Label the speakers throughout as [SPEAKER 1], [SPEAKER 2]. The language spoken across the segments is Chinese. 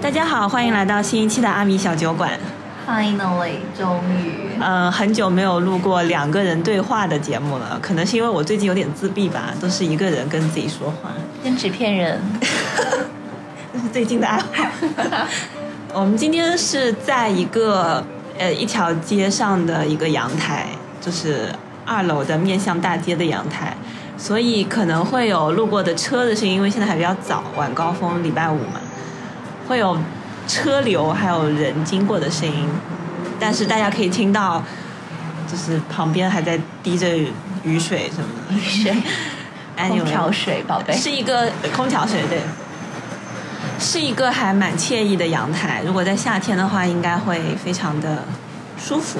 [SPEAKER 1] 大家好，欢迎来到新一期的阿米小酒馆。
[SPEAKER 2] Finally，终于，
[SPEAKER 1] 呃，很久没有录过两个人对话的节目了，可能是因为我最近有点自闭吧，都是一个人跟自己说话，
[SPEAKER 2] 跟纸片人，
[SPEAKER 1] 这 是最近的爱好。我们今天是在一个呃一条街上的一个阳台，就是二楼的面向大街的阳台，所以可能会有路过的车的声音，因为现在还比较早，晚高峰，礼拜五嘛，会有车流还有人经过的声音，但是大家可以听到，就是旁边还在滴着雨水什么的， 雨水，
[SPEAKER 2] 空调水，宝贝，
[SPEAKER 1] 是一个呃空调水对，是一个还蛮惬意的阳台。如果在夏天的话，应该会非常的舒服。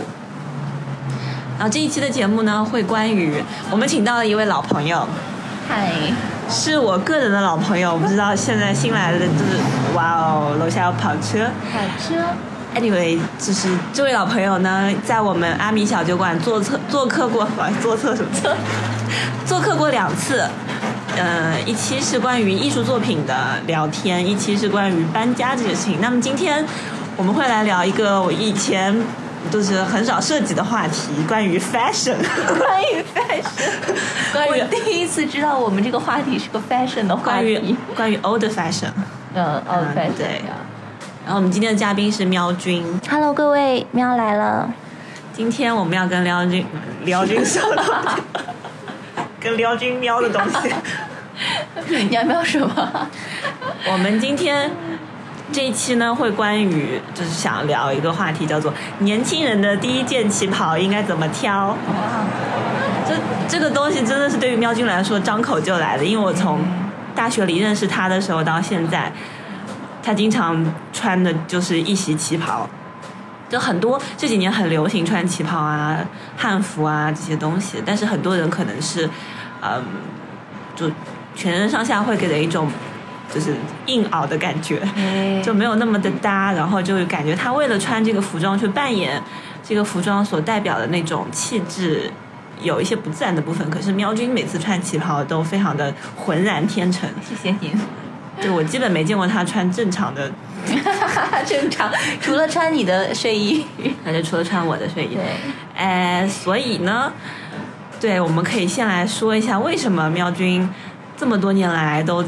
[SPEAKER 1] 然后这一期的节目呢，会关于我们请到了一位老朋友，
[SPEAKER 2] 嗨，
[SPEAKER 1] 是我个人的老朋友，我不知道现在新来的就是哇哦，楼下有跑车。
[SPEAKER 2] 好车，
[SPEAKER 1] Anyway，就是这位老朋友呢，在我们阿米小酒馆做客做客过， 哇做客什么做？做客过两次。呃，一期是关于艺术作品的聊天，一期是关于搬家这件事情。那么今天我们会来聊一个我以前就是很少涉及的话题，关于 fashion。
[SPEAKER 2] 关于 fashion，
[SPEAKER 1] 关于
[SPEAKER 2] 我第一次知道我们这个话题是个 fashion 的话
[SPEAKER 1] 关于
[SPEAKER 2] 题，
[SPEAKER 1] 关于 old fashion，
[SPEAKER 2] 嗯，哦
[SPEAKER 1] 嗯对
[SPEAKER 2] ，fashion 呀。
[SPEAKER 1] 然后我们今天的嘉宾是喵君，
[SPEAKER 2] Hello，各位，喵来了，
[SPEAKER 1] 今天我们要跟廖军廖军说的东 西，跟廖军喵的东西。
[SPEAKER 2] 你要喵什 么？
[SPEAKER 1] 我们今天这一期呢，会关于就是想聊一个话题，叫做年轻人的第一件旗袍应该怎么挑。这这个东西真的是对于喵君来说张口就来的，因为我从大学里认识他的时候到现在，他经常穿的就是一袭旗袍。就很多这几年很流行穿旗袍啊、汉服啊这些东西，但是很多人可能是，嗯，就全身上下会给人一种就是硬熬的感觉，就没有那么的搭，然后就感觉他为了穿这个服装去扮演这个服装所代表的那种气质，有一些不自然的部分。可是喵君每次穿旗袍都非常的浑然天成，
[SPEAKER 2] 谢谢您。
[SPEAKER 1] 就我基本没见过他穿正常的，
[SPEAKER 2] 正常，除了穿你的睡衣，
[SPEAKER 1] 那就除了穿我的睡衣
[SPEAKER 2] 对。
[SPEAKER 1] 哎，所以呢，对，我们可以先来说一下为什么喵君这么多年来都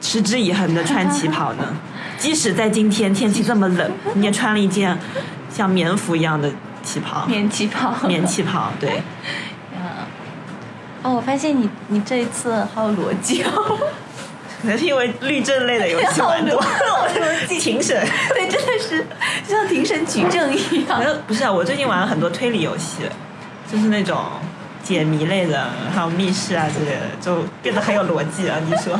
[SPEAKER 1] 持之以恒的穿旗袍 呢？即使在今天天气这么冷，你也穿了一件像棉服一样的旗袍，
[SPEAKER 2] 棉旗袍，
[SPEAKER 1] 棉旗袍，对，
[SPEAKER 2] 啊。哦，我发现你你这一次好有逻辑哦。
[SPEAKER 1] 可能是因为律政类的游戏玩 多，
[SPEAKER 2] 好逻辑
[SPEAKER 1] 庭审。
[SPEAKER 2] 对，真的是就像庭审取证一样
[SPEAKER 1] 好。像不是啊，我最近玩了很多推理游戏，就是那种解谜类的，还有密室啊之类的，就变得很有逻辑啊。你说？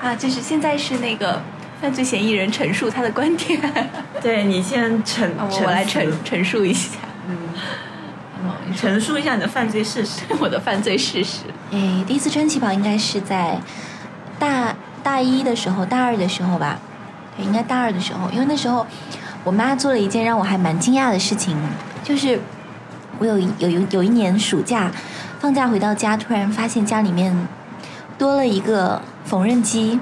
[SPEAKER 2] 啊，就是现在是那个犯罪嫌疑人陈述他的观 点，
[SPEAKER 1] 对你先陈
[SPEAKER 2] 啊，
[SPEAKER 3] 哦
[SPEAKER 2] 我
[SPEAKER 1] 陈
[SPEAKER 2] 我来
[SPEAKER 1] 词
[SPEAKER 2] 陈陈述一下。 嗯，你说
[SPEAKER 1] 陈述一下你的犯罪事实。
[SPEAKER 2] 我的犯罪事实。
[SPEAKER 3] 诶，第一次穿旗袍应该是在大大一的时候，大二的时候吧，对，应该大二的时候，因为那时候我妈做了一件让我还蛮惊讶的事情，就是我有一有有有一年暑假放假回到家，突然发现家里面多了一个缝纫机，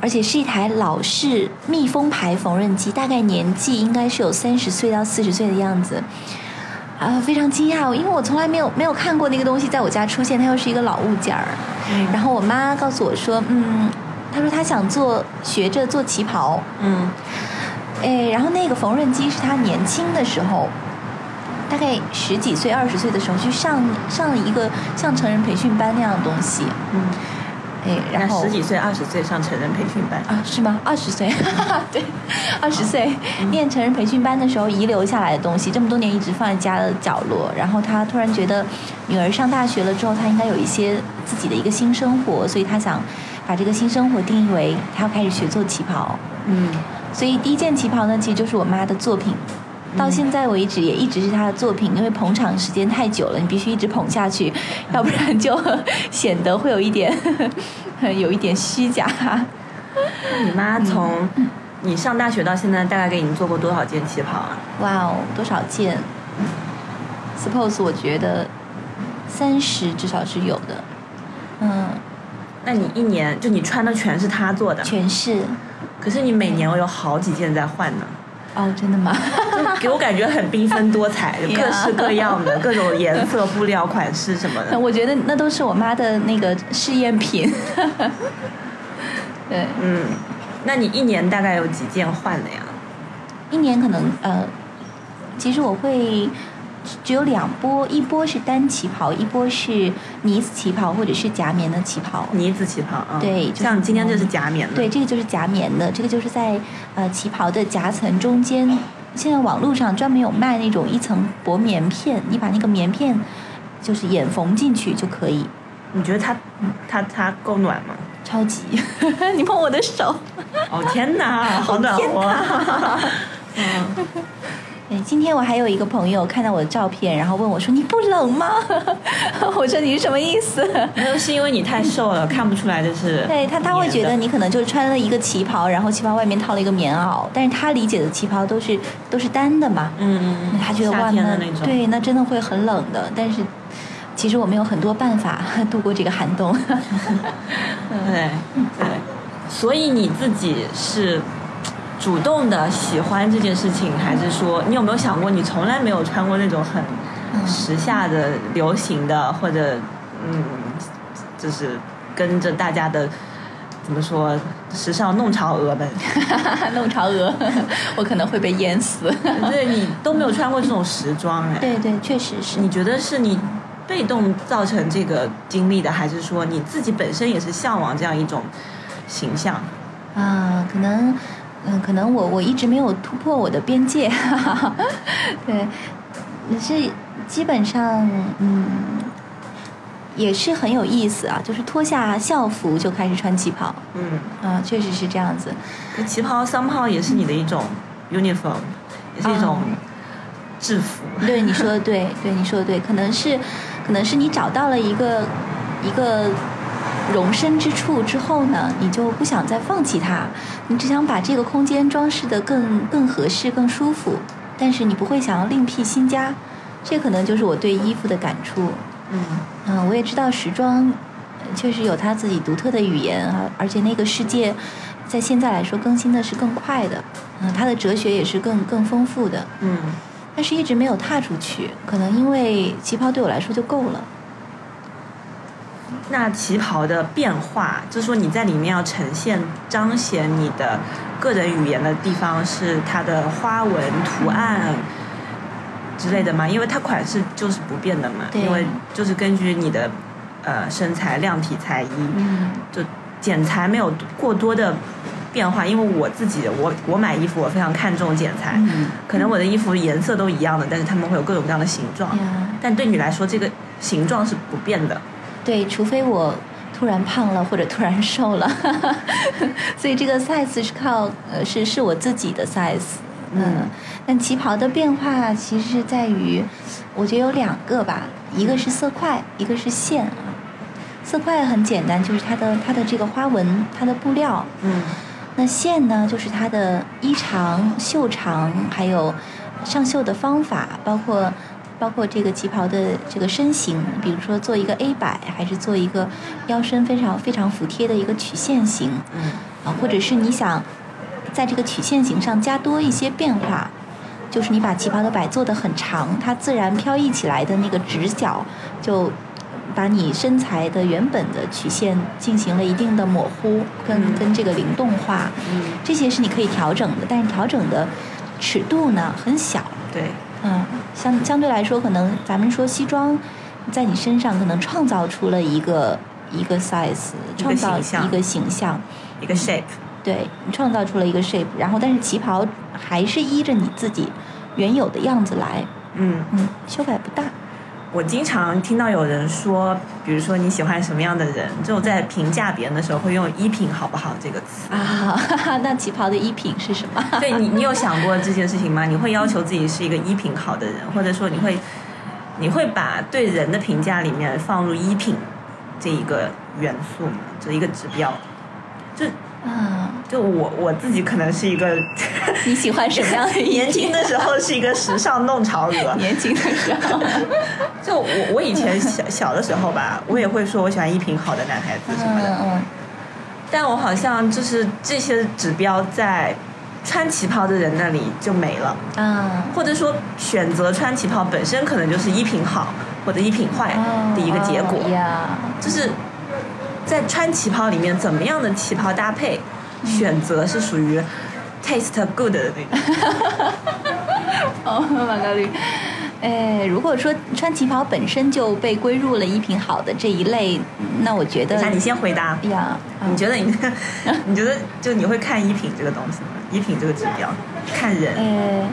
[SPEAKER 3] 而且是一台老式密封牌缝纫机，大概年纪应该是有三十岁到四十岁的样子。啊，非常惊讶，因为我从来没有没有看过那个东西在我家出现，它又是一个老物件儿。嗯然后我妈告诉我说，嗯，她说她想做学着做旗袍，
[SPEAKER 1] 嗯
[SPEAKER 3] 哎，然后那个缝纫机是她年轻的时候，大概十几岁、二十岁的时候去上上了一个像成人培训班那样的东西，
[SPEAKER 1] 嗯，
[SPEAKER 3] 哎，
[SPEAKER 1] 那
[SPEAKER 3] 然后
[SPEAKER 1] 十几岁、二十岁上成人培训班，
[SPEAKER 3] 啊，是吗？二十岁， 对，二十岁、念成人培训班的时候遗留下来的东西，这么多年一直放在家的角落。然后他突然觉得女儿上大学了之后，她应该有一些自己的一个新生活，所以他想把这个新生活定义为他要开始学做旗袍。
[SPEAKER 1] 嗯，
[SPEAKER 3] 所以第一件旗袍呢，其实就是我妈的作品。到现在为止也一直是她的作品，因为捧场时间太久了，你必须一直捧下去，要不然就 显得会有一点 有一点虚假。
[SPEAKER 1] 嗯你妈从你上大学到现在，大概给你做过多少件旗袍啊？
[SPEAKER 3] 哇哦，多少件？Suppose 我觉得三十至少是有的，嗯，
[SPEAKER 1] 那你一年就你穿的全是她做的，
[SPEAKER 3] 全是
[SPEAKER 1] 可是你每年我有好几件在换呢，
[SPEAKER 2] 哦，真的 吗？
[SPEAKER 1] 给我感觉很缤纷多彩，有
[SPEAKER 2] Yeah
[SPEAKER 1] 各式各样的，各种颜色、布料、款式什么
[SPEAKER 3] 嗯
[SPEAKER 1] 的。
[SPEAKER 2] 我觉得那都是我妈的那个试验 品。对，
[SPEAKER 1] 嗯，那你一年大概有几件换的呀？
[SPEAKER 3] 一年可能呃，其实我会只有两波，一波是单旗袍，一波是呢子旗袍或者是夹棉的旗袍。
[SPEAKER 1] 呢子旗袍啊，
[SPEAKER 3] 对就是
[SPEAKER 1] 像今天这是假棉的，
[SPEAKER 3] 对，，这个就是夹棉的，这个就是在呃旗袍的夹层中间。现在网络上专门有卖那种一层薄棉片，你把那个棉片就是眼缝进去就可以，
[SPEAKER 1] 你觉得它它它够暖吗？
[SPEAKER 3] 超级。 你碰我的手，
[SPEAKER 1] 哦天 哪，好暖和啊！嗯，
[SPEAKER 3] 对，哎今天我还有一个朋友看到我的照片，然后问我说：“你不冷吗？” 我说：“你是什么意思
[SPEAKER 1] 没有是因为你太瘦了，看不出来这 是？”
[SPEAKER 3] 对他，他会觉得
[SPEAKER 1] 棉的
[SPEAKER 3] 你可能就穿了一个旗袍，然后旗袍外面套了一个棉袄，但是他理解的旗袍都是都是单的嘛，
[SPEAKER 1] 嗯，嗯
[SPEAKER 3] 他觉得
[SPEAKER 1] 夏
[SPEAKER 3] 哇，
[SPEAKER 1] 天
[SPEAKER 3] 那
[SPEAKER 1] 的那种，
[SPEAKER 3] 对，那真的会很冷的。但是其实我们有很多办法度过这个寒冬。
[SPEAKER 1] 对对，所以你自己是主动的喜欢这件事情，还是说你有没有想过，你从来没有穿过那种很
[SPEAKER 3] 嗯
[SPEAKER 1] 时下的、流行的，或者嗯，就是跟着大家的怎么说，时尚弄潮儿们，
[SPEAKER 2] 弄潮 鹅，我可能会被淹死。
[SPEAKER 1] 对你都没有穿过这种时装哎，
[SPEAKER 3] 对对，确实是。
[SPEAKER 1] 你觉得是你被动造成这个经历的，还是说你自己本身也是向往这样一种形象？
[SPEAKER 3] 啊，可能，嗯、可能我我一直没有突破我的边界， 哈哈哈。对，是基本上，嗯，也是很有意思啊，就是脱下校服就开始穿旗袍，
[SPEAKER 1] 嗯，
[SPEAKER 3] 啊，确实是这样子，
[SPEAKER 1] 可旗袍 somehow 也是你的一种 uniform，也是一种
[SPEAKER 3] 嗯
[SPEAKER 1] 制服。
[SPEAKER 3] 对，你说的对，对，你说的对，可能是，可能是你找到了一个一个容身之处之后呢，你就不想再放弃它，你只想把这个空间装饰的更更合适、更舒服，但是你不会想要另辟新家，这可能就是我对衣服的感触。
[SPEAKER 1] 嗯
[SPEAKER 3] 嗯，我也知道时装呃确实有它自己独特的语言啊，而且那个世界在现在来说更新的是更快的，嗯，它的哲学也是更更丰富的。
[SPEAKER 1] 嗯，
[SPEAKER 3] 但是一直没有踏出去，可能因为旗袍对我来说就够了。
[SPEAKER 1] 那旗袍的变化，就是说你在里面要呈现、彰显你的个人语言的地方是它的花纹、图案。之类的嘛，因为它款式就是不变的嘛，
[SPEAKER 3] 对
[SPEAKER 1] 因为就是根据你的呃身材、量体、裁衣，
[SPEAKER 3] 嗯
[SPEAKER 1] 就剪裁没有过多的变化，因为我自己我我买衣服我非常看重剪裁，
[SPEAKER 3] 嗯
[SPEAKER 1] 可能我的衣服颜色都一样的，但是它们会有各种各样的形状，
[SPEAKER 3] 呀，
[SPEAKER 1] 但对你来说这个形状是不变的，
[SPEAKER 3] 对，除非我突然胖了或者突然瘦了， 所以这个 size 是靠呃是是我自己的 size。嗯
[SPEAKER 1] 嗯，
[SPEAKER 3] 但旗袍的变化其实是在于，我觉得有两个吧，一个是色块，一个是线啊。色块很简单，就是它的它的这个花纹，它的布料，
[SPEAKER 1] 嗯
[SPEAKER 3] 那线呢，就是它的衣长、袖长，还有上袖的方法，包括包括这个旗袍的这个身形，比如说做一个 A 摆，还是做一个腰身非常非常服帖的一个曲线型
[SPEAKER 1] 嗯
[SPEAKER 3] 啊，或者是你想在这个曲线型上加多一些变化。就是你把旗袍的摆做得很长，它自然飘逸起来的那个直角，就把你身材的原本的曲线进行了一定的模糊跟、
[SPEAKER 1] 嗯
[SPEAKER 3] 跟这个灵动化。
[SPEAKER 1] 嗯，
[SPEAKER 3] 这些是你可以调整的，但是调整的尺度呢很小，
[SPEAKER 1] 对，
[SPEAKER 3] 嗯，相相对来说，可能咱们说西装在你身上可能创造出了一个一个 size，创造
[SPEAKER 1] 形象
[SPEAKER 3] 一个形象，
[SPEAKER 1] 一个 shape，
[SPEAKER 3] 对，你创造出了一个 shape，然后但是旗袍还是依着你自己原有的样子来，
[SPEAKER 1] 嗯，
[SPEAKER 3] 嗯，修改不大，
[SPEAKER 1] 我经常听到有人说，比如说你喜欢什么样的人，就在评价别人的时候会用衣品好不好这个词。
[SPEAKER 3] 啊，哈哈， 那旗袍的衣品是什么？
[SPEAKER 1] 对你，你有想过这件事情吗？你会要求自己是一个衣品好的人，或者说你会，你会把对人的评价里面放入衣品这一个元素吗？这一个指标？就
[SPEAKER 3] 啊，
[SPEAKER 1] 就我我自己可能是一个
[SPEAKER 3] 你喜欢什么样的衣品
[SPEAKER 1] 年轻的时候是一个时尚弄潮儿，
[SPEAKER 3] 年轻的时候，
[SPEAKER 1] 就我
[SPEAKER 3] 嗯
[SPEAKER 1] 我以前小小的时候吧，我也会说我喜欢衣品好的男孩子什么的，
[SPEAKER 3] 嗯嗯，
[SPEAKER 1] 但我好像就是这些指标在穿旗袍的人那里就没了，
[SPEAKER 3] 啊，
[SPEAKER 1] 或者说选择穿旗袍本身可能就是衣品好或者衣品坏
[SPEAKER 3] 嗯
[SPEAKER 1] 的一个结果，
[SPEAKER 3] 呀，
[SPEAKER 1] 就是在穿旗袍里面怎么样的旗袍搭配选择是属于 taste good 的那种。
[SPEAKER 3] 哦，玛格丽。哎，如果说穿旗袍本身就被归入了衣品好的这一类，那我觉得
[SPEAKER 1] 等一下，你先回答。
[SPEAKER 3] 呀，
[SPEAKER 1] 你觉得你， 你觉得就你会看衣品这个东西吗？衣品这个指标，看人。
[SPEAKER 3] 呃，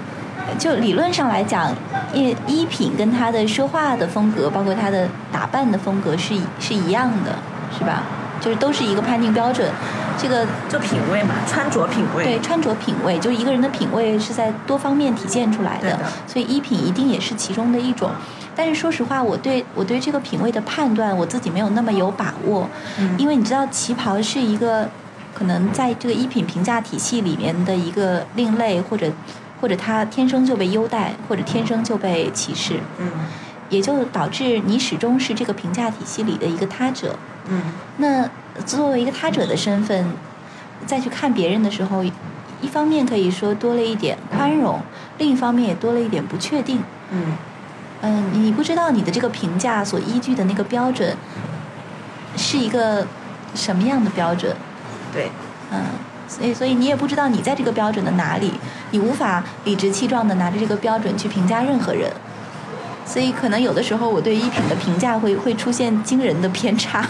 [SPEAKER 3] 就理论上来讲，衣衣品跟他的说话的风格，包括他的打扮的风格是一是一样的，是吧？就是都是一个判定标准。这个
[SPEAKER 1] 就品味嘛，穿着品味。
[SPEAKER 3] 对穿着品味，就是一个人的品味是在多方面体现出来
[SPEAKER 1] 对
[SPEAKER 3] 的
[SPEAKER 1] 的，
[SPEAKER 3] 所以衣品一定也是其中的一种。但是说实话，我对我对这个品味的判断，我自己没有那么有把握，
[SPEAKER 1] 嗯
[SPEAKER 3] 因为你知道旗袍是一个可能在这个衣品评价体系里面的一个另类，或者或者它天生就被优待，或者天生就被歧视，
[SPEAKER 1] 嗯
[SPEAKER 3] 也就导致你始终是这个评价体系里的一个他者。
[SPEAKER 1] 嗯
[SPEAKER 3] 那作为一个他者的身份，再去看别人的时候，一方面可以说多了一点宽容，另一方面也多了一点不确定。
[SPEAKER 1] 嗯
[SPEAKER 3] 嗯，你不知道你的这个评价所依据的那个标准是一个什么样的标准，
[SPEAKER 1] 对，
[SPEAKER 3] 嗯，所以所以你也不知道你在这个标准的哪里，你无法理直气壮的拿着这个标准去评价任何人。所以可能有的时候我对衣品的评价会会出现惊人的偏差。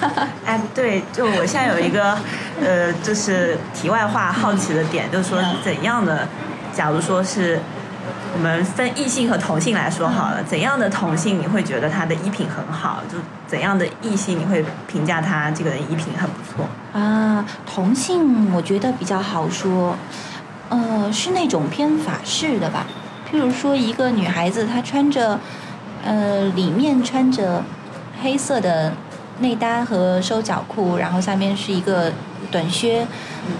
[SPEAKER 1] 哎，对，就我现在有一 个，呃，就是题外话好奇的点，就是说
[SPEAKER 3] 嗯
[SPEAKER 1] 怎样的，假如说是我们分异性和同性来说好
[SPEAKER 3] 嗯
[SPEAKER 1] 了，怎样的同性你会觉得他的衣品很好？就怎样的异性你会评价他这个人衣品很不错？
[SPEAKER 3] 啊，同性我觉得比较好说，呃，是那种偏法式的吧。譬如说，一个女孩子她穿着，呃，里面穿着黑色的内搭和收脚裤，然后下面是一个短靴，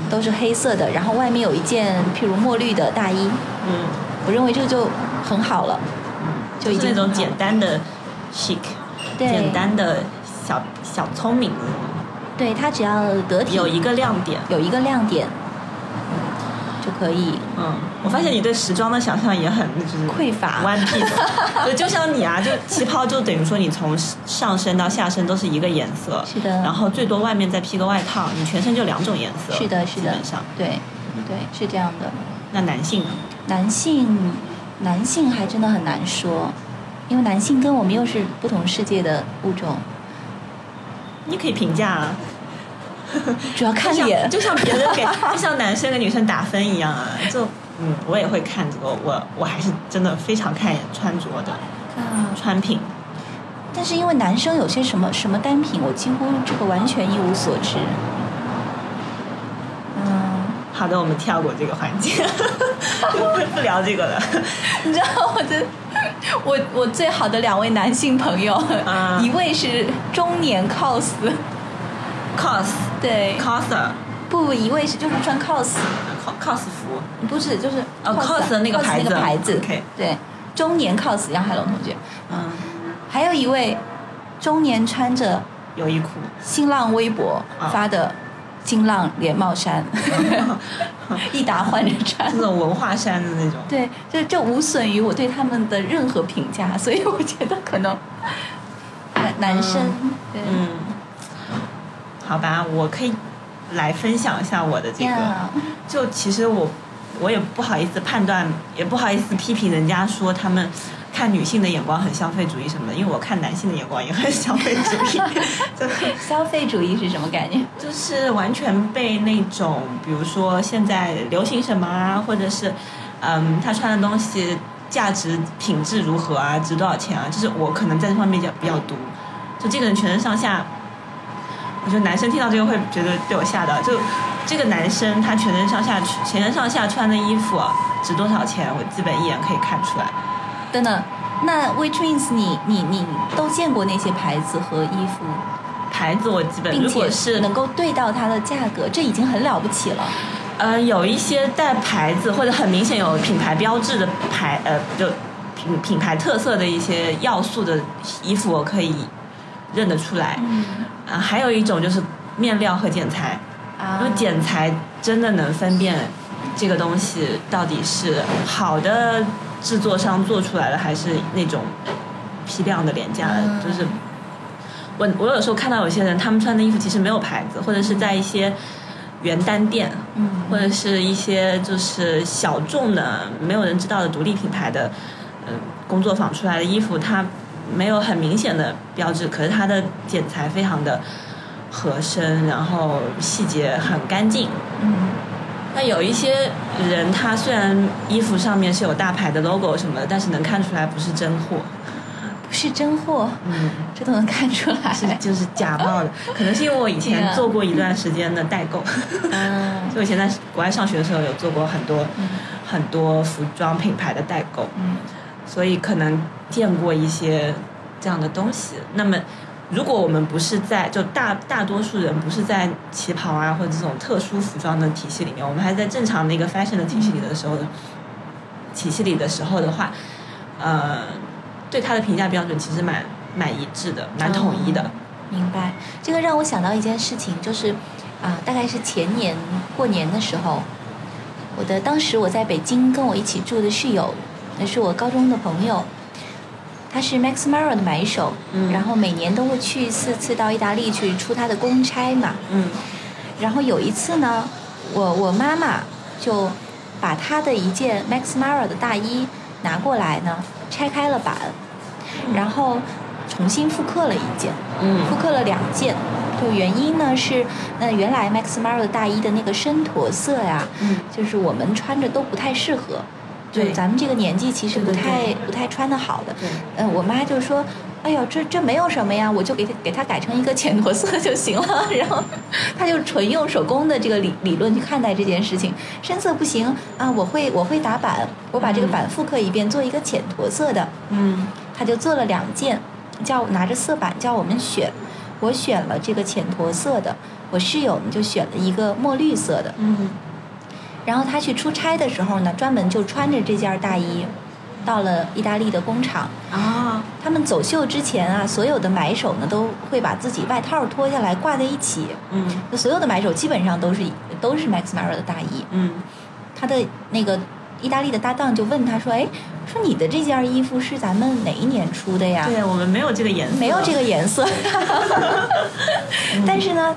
[SPEAKER 3] 都是黑色的，然后外面有一件譬如墨绿的大衣，
[SPEAKER 1] 嗯，
[SPEAKER 3] 我认为这就很好了，嗯就已
[SPEAKER 1] 就是
[SPEAKER 3] 经
[SPEAKER 1] 那种
[SPEAKER 3] 很好
[SPEAKER 1] 简
[SPEAKER 3] 了
[SPEAKER 1] 单的 chic，
[SPEAKER 3] 对
[SPEAKER 1] 简单的小小聪明，
[SPEAKER 3] 对，她只要得体，
[SPEAKER 1] 有一个亮点。
[SPEAKER 3] 有一个亮点就可以。
[SPEAKER 1] 嗯，我发现你对时装的想象也很就是
[SPEAKER 3] 匮乏
[SPEAKER 1] One Piece，对，就像你啊，就旗袍就等于说你从上身到下身都是一个颜色，
[SPEAKER 3] 是的
[SPEAKER 1] 然后最多外面再披个外套，你全身就两种颜色，
[SPEAKER 3] 是的，是
[SPEAKER 1] 基
[SPEAKER 3] 的
[SPEAKER 1] 本上。，嗯
[SPEAKER 3] 对，对，是这样的。
[SPEAKER 1] 那男性呢？
[SPEAKER 3] 男性，男性还真的很难说，因为男性跟我们又是不同世界的物种，
[SPEAKER 1] 你可以评价啊，
[SPEAKER 3] 主要看 脸。
[SPEAKER 1] 就像就像别人 给，就像男生给女生打分一样啊，就嗯，我也会看这个，我我还是真的非常看穿着的
[SPEAKER 3] 啊，
[SPEAKER 1] 穿品，
[SPEAKER 3] 但是因为男生有些什么什么单品，我几乎这个完全一无所知。嗯，
[SPEAKER 1] 好的，我们跳过这个环节， 不不聊这个了。
[SPEAKER 3] 你知道我的，我我最好的两位男性朋友，
[SPEAKER 1] 啊
[SPEAKER 3] 一位是中年 cos，
[SPEAKER 1] cos
[SPEAKER 3] 对，
[SPEAKER 1] coser
[SPEAKER 3] 不不，一位是就是穿 cos，
[SPEAKER 1] co- cos 服，
[SPEAKER 3] 不是，就是
[SPEAKER 1] 哦 cos 的那个
[SPEAKER 3] cos
[SPEAKER 1] 牌
[SPEAKER 3] 那
[SPEAKER 1] 子
[SPEAKER 3] 个牌子
[SPEAKER 1] OK
[SPEAKER 3] 对，中年 cos 杨海龙同学，
[SPEAKER 1] 嗯，
[SPEAKER 3] 还有一位中年穿着
[SPEAKER 1] 优衣库。
[SPEAKER 3] 新浪微博
[SPEAKER 1] 啊
[SPEAKER 3] 发的新浪连帽 衫，一打换着穿
[SPEAKER 1] 这。种文化衫的那种，
[SPEAKER 3] 对，这这无损于我对他们的任何评价，所以我觉得可能男男生、对
[SPEAKER 1] 嗯，好吧，我可以来分享一下我的这个。
[SPEAKER 3] 呀
[SPEAKER 1] 就其实我我也不好意思判断，也不好意思批评人家说他们看女性的眼光很消费主义什么的，因为我看男性的眼光也很消费主义， 就
[SPEAKER 3] 消费主义是什么概念？
[SPEAKER 1] 就是完全被那种，比如说现在流行什么啊，或者是，嗯，他穿的东西价值、品质如何啊，值多少钱啊，就是我可能在这方面比较比较毒。就这个人全身上下，我觉得男生听到这个会觉得被我吓到。就这个男生他全身上下全身上下穿的衣服、啊、值多少钱，我基本一眼可以看出来。
[SPEAKER 3] 等等，那 which means 你你你都见过那些牌子和衣服，
[SPEAKER 1] 牌子我基本
[SPEAKER 3] 并
[SPEAKER 1] 如果
[SPEAKER 3] 且
[SPEAKER 1] 是
[SPEAKER 3] 能够对到它的价格，这已经很了不起了。
[SPEAKER 1] 呃，有一些带牌子或者很明显有品牌标志的牌，呃，就品品牌特色的一些要素的衣服，我可以认得出来。呃
[SPEAKER 3] 嗯，
[SPEAKER 1] 啊、还有一种就是面料和剪裁，
[SPEAKER 2] 啊
[SPEAKER 1] 因为剪裁真的能分辨这个东西到底是好的制作商做出来的，还是那种批量的廉价的，
[SPEAKER 3] 嗯
[SPEAKER 1] 就是。我我有时候看到有些人，他们穿的衣服其实没有牌子，或者是在一些原单店，
[SPEAKER 2] 嗯
[SPEAKER 1] 或者是一些就是小众的、没有人知道的独立品牌的，呃，工作坊出来的衣服，它没有很明显的标志，可是它的剪裁非常的合身，然后细节很干净。
[SPEAKER 2] 嗯
[SPEAKER 1] 那有一些人，他虽然衣服上面是有大牌的 logo 什么的，但是能看出来不是真货，
[SPEAKER 2] 不是真货，
[SPEAKER 1] 嗯，
[SPEAKER 2] 这都能看出来。
[SPEAKER 1] 是就是假冒的。可能是因为我以前
[SPEAKER 2] Yeah
[SPEAKER 1] 做过一段时间的代购。
[SPEAKER 2] 嗯
[SPEAKER 1] 就我以前在国外上学的时候，有做过很多、很多服装品牌的代购，
[SPEAKER 2] 嗯
[SPEAKER 1] 所以可能见过一些这样的东西。那么，如果我们不是在就大大多数人不是在旗袍啊或者这种特殊服装的体系里面，我们还在正常的一个 fashion 的体系里的时候，体系里的时候的话，呃，对它的评价标准其实蛮蛮一致的，蛮统一的。
[SPEAKER 3] 明白，这个让我想到一件事情，就是啊，大概是前年过年的时候，我的当时我在北京跟我一起住的室友，那是我高中的朋友，他是 Max Mara 的买手，
[SPEAKER 1] 嗯
[SPEAKER 3] 然后每年都会去四次到意大利去出他的公差嘛。
[SPEAKER 1] 嗯
[SPEAKER 3] 然后有一次呢，我我妈妈就把她的一件 Max Mara 的大衣拿过来呢，拆开了版，然后重新复刻了一件。
[SPEAKER 1] 嗯
[SPEAKER 3] 复刻了两件。就原因呢是，那原来 Max Mara 的大衣的那个深驼色呀，
[SPEAKER 1] 嗯
[SPEAKER 3] 就是我们穿着都不太适合。就
[SPEAKER 1] 对
[SPEAKER 3] 咱们这个年纪其实不
[SPEAKER 1] 对对
[SPEAKER 3] 太
[SPEAKER 1] 对
[SPEAKER 3] 不太穿的好的。
[SPEAKER 1] 对
[SPEAKER 3] 嗯，我妈就说：“哎呦，这这没有什么呀，我就给它给它改成一个浅驼色就行了。” 然后她就纯用手工的这个理理论去看待这件事情。深色不行啊，我会我会打版，我把这个
[SPEAKER 1] 嗯
[SPEAKER 3] 版复刻一遍，做一个浅驼色的。
[SPEAKER 1] 嗯
[SPEAKER 3] 他就做了两件，叫拿着色板叫我们选，我选了这个浅驼色的，我室友呢就选了一个墨绿色的。
[SPEAKER 1] 嗯
[SPEAKER 3] 然后他去出差的时候呢，专门就穿着这件大衣，到了意大利的工厂。
[SPEAKER 1] 啊
[SPEAKER 3] 他们走秀之前啊，所有的买手呢都会把自己外套脱下来挂在一起，
[SPEAKER 1] 嗯
[SPEAKER 3] 就所有的买手基本上都是都是 Max Mara 的大衣。
[SPEAKER 1] 嗯
[SPEAKER 3] 他的那个意大利的搭档就问他说：“哎，说你的这件衣服是咱们哪一年出的呀？”
[SPEAKER 1] 对啊我们没有这个颜色，
[SPEAKER 3] 没有这
[SPEAKER 1] 个，
[SPEAKER 3] 个 颜色， 但是呢，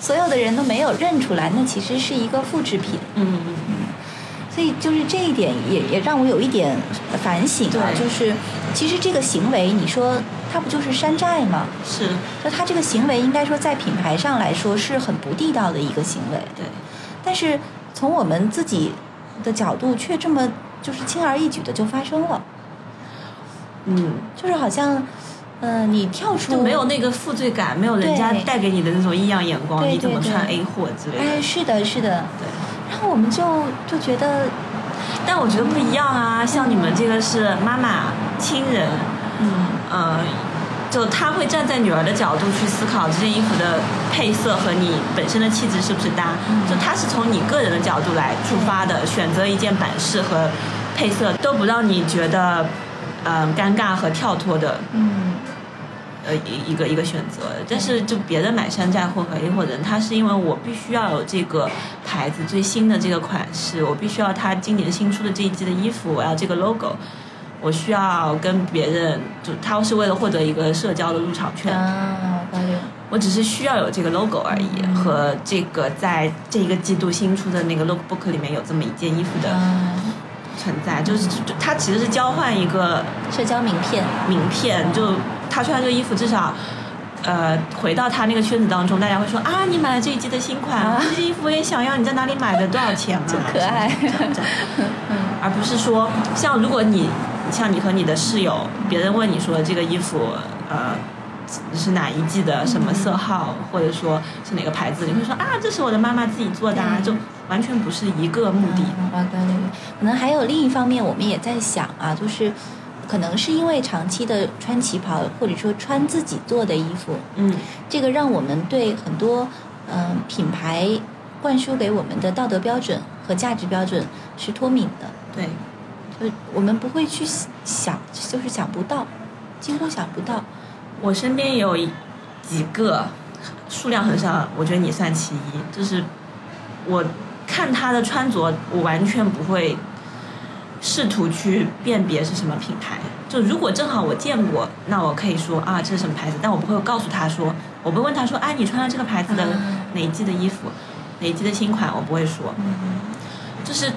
[SPEAKER 3] 所有的人都没有认出来，那其实是一个复制品。
[SPEAKER 1] 嗯
[SPEAKER 3] 所以就是这一点也也让我有一点反省啊，
[SPEAKER 1] 对
[SPEAKER 3] 就是其实这个行为，你说它不就是山寨吗？
[SPEAKER 1] 是
[SPEAKER 3] 就它这个行为，应该说在品牌上来说是很不地道的一个行为，
[SPEAKER 1] 对，
[SPEAKER 3] 但是从我们自己的角度却这么就是轻而易举的就发生了，
[SPEAKER 1] 嗯，
[SPEAKER 3] 就是好像，呃，你跳出
[SPEAKER 1] 就没有那个负罪感，没有人家
[SPEAKER 3] 对
[SPEAKER 1] 带给你的那种异样眼光，
[SPEAKER 3] 对对
[SPEAKER 1] 你怎么穿
[SPEAKER 3] 对
[SPEAKER 1] A 货之类
[SPEAKER 3] 哎，
[SPEAKER 1] 的。
[SPEAKER 3] 是的，是的。
[SPEAKER 1] 对，
[SPEAKER 3] 然后我们就就觉得，
[SPEAKER 1] 但我觉得不一样啊，像你们这个是妈妈、亲人，
[SPEAKER 3] 嗯，
[SPEAKER 1] 呃，就他会站在女儿的角度去思考这件衣服的配色和你本身的气质是不是搭，
[SPEAKER 3] 嗯
[SPEAKER 1] 就他是从你个人的角度来出发的，选择一件版式和配色都不让你觉得，呃，尴尬和跳脱的
[SPEAKER 3] 嗯，
[SPEAKER 1] 呃一一个一个选择，但是就别的买山寨货和 A 货人，他是因为我必须要有这个牌子最新的这个款式，我必须要他今年新出的这一季的衣服，我要这个 logo，我需要跟别人就他是为了获得一个社交的入场券，
[SPEAKER 3] 啊，八六，
[SPEAKER 1] 我只是需要有这个 logo 而已，
[SPEAKER 3] 嗯
[SPEAKER 1] 和这个在这一个季度新出的那个 lookbook 里面有这么一件衣服的
[SPEAKER 3] 啊，
[SPEAKER 1] 存在，就是就它其实是交换一个
[SPEAKER 3] 社交名片，
[SPEAKER 1] 名片，就他穿这个衣服，至少，呃，回到他那个圈子当中，大家会说啊，你买了这一季的新款，
[SPEAKER 3] 啊
[SPEAKER 1] 这件衣服我也想要，你在哪里买的？多少钱啊？
[SPEAKER 3] 真可爱
[SPEAKER 1] 这样这样而不是说像如果你像你和你的室友，别人问你说这个衣服，呃。是哪一季的什么色号，或者说是哪个牌子？你会说啊，这是我的妈妈自己做的、啊，
[SPEAKER 3] 对
[SPEAKER 1] 就完全不是一个目的。
[SPEAKER 3] 啊八六，可能还有另一方面，我们也在想啊，就是可能是因为长期的穿旗袍，或者说穿自己做的衣服，
[SPEAKER 1] 嗯
[SPEAKER 3] 这个让我们对很多嗯、呃品牌灌输给我们的道德标准和价值标准是脱敏的，
[SPEAKER 1] 对，
[SPEAKER 3] 就是我们不会去想，就是想不到，几乎想不到。
[SPEAKER 1] 我身边有一几个数量很少，我觉得你算其一。就是我看他的穿着，我完全不会试图去辨别是什么品牌。就如果正好我见过，那我可以说啊，这是什么牌子，但我不会告诉他说，我不会问他说，哎、啊，你穿了这个牌子的哪一季的衣服，哪一季的新款，我不会说。就是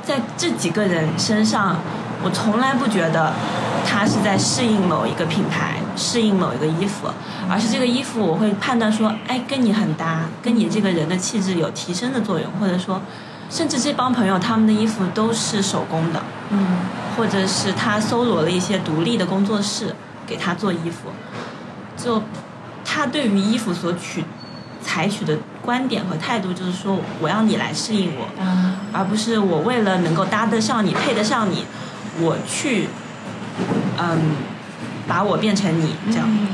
[SPEAKER 1] 在这几个人身上，我从来不觉得他是在适应某一个品牌，适应某一个衣服，而是这个衣服我会判断说，哎，跟你很搭，跟你这个人的气质有提升的作用，或者说，甚至这帮朋友他们的衣服都是手工的，
[SPEAKER 2] 嗯，
[SPEAKER 1] 或者是他搜罗了一些独立的工作室给他做衣服，就他对于衣服所取采取的观点和态度，就是说我要你来适应我，
[SPEAKER 2] 啊，
[SPEAKER 1] 而不是我为了能够搭得上你、配得上你，我去，嗯，把我变成你这样。
[SPEAKER 3] 嗯你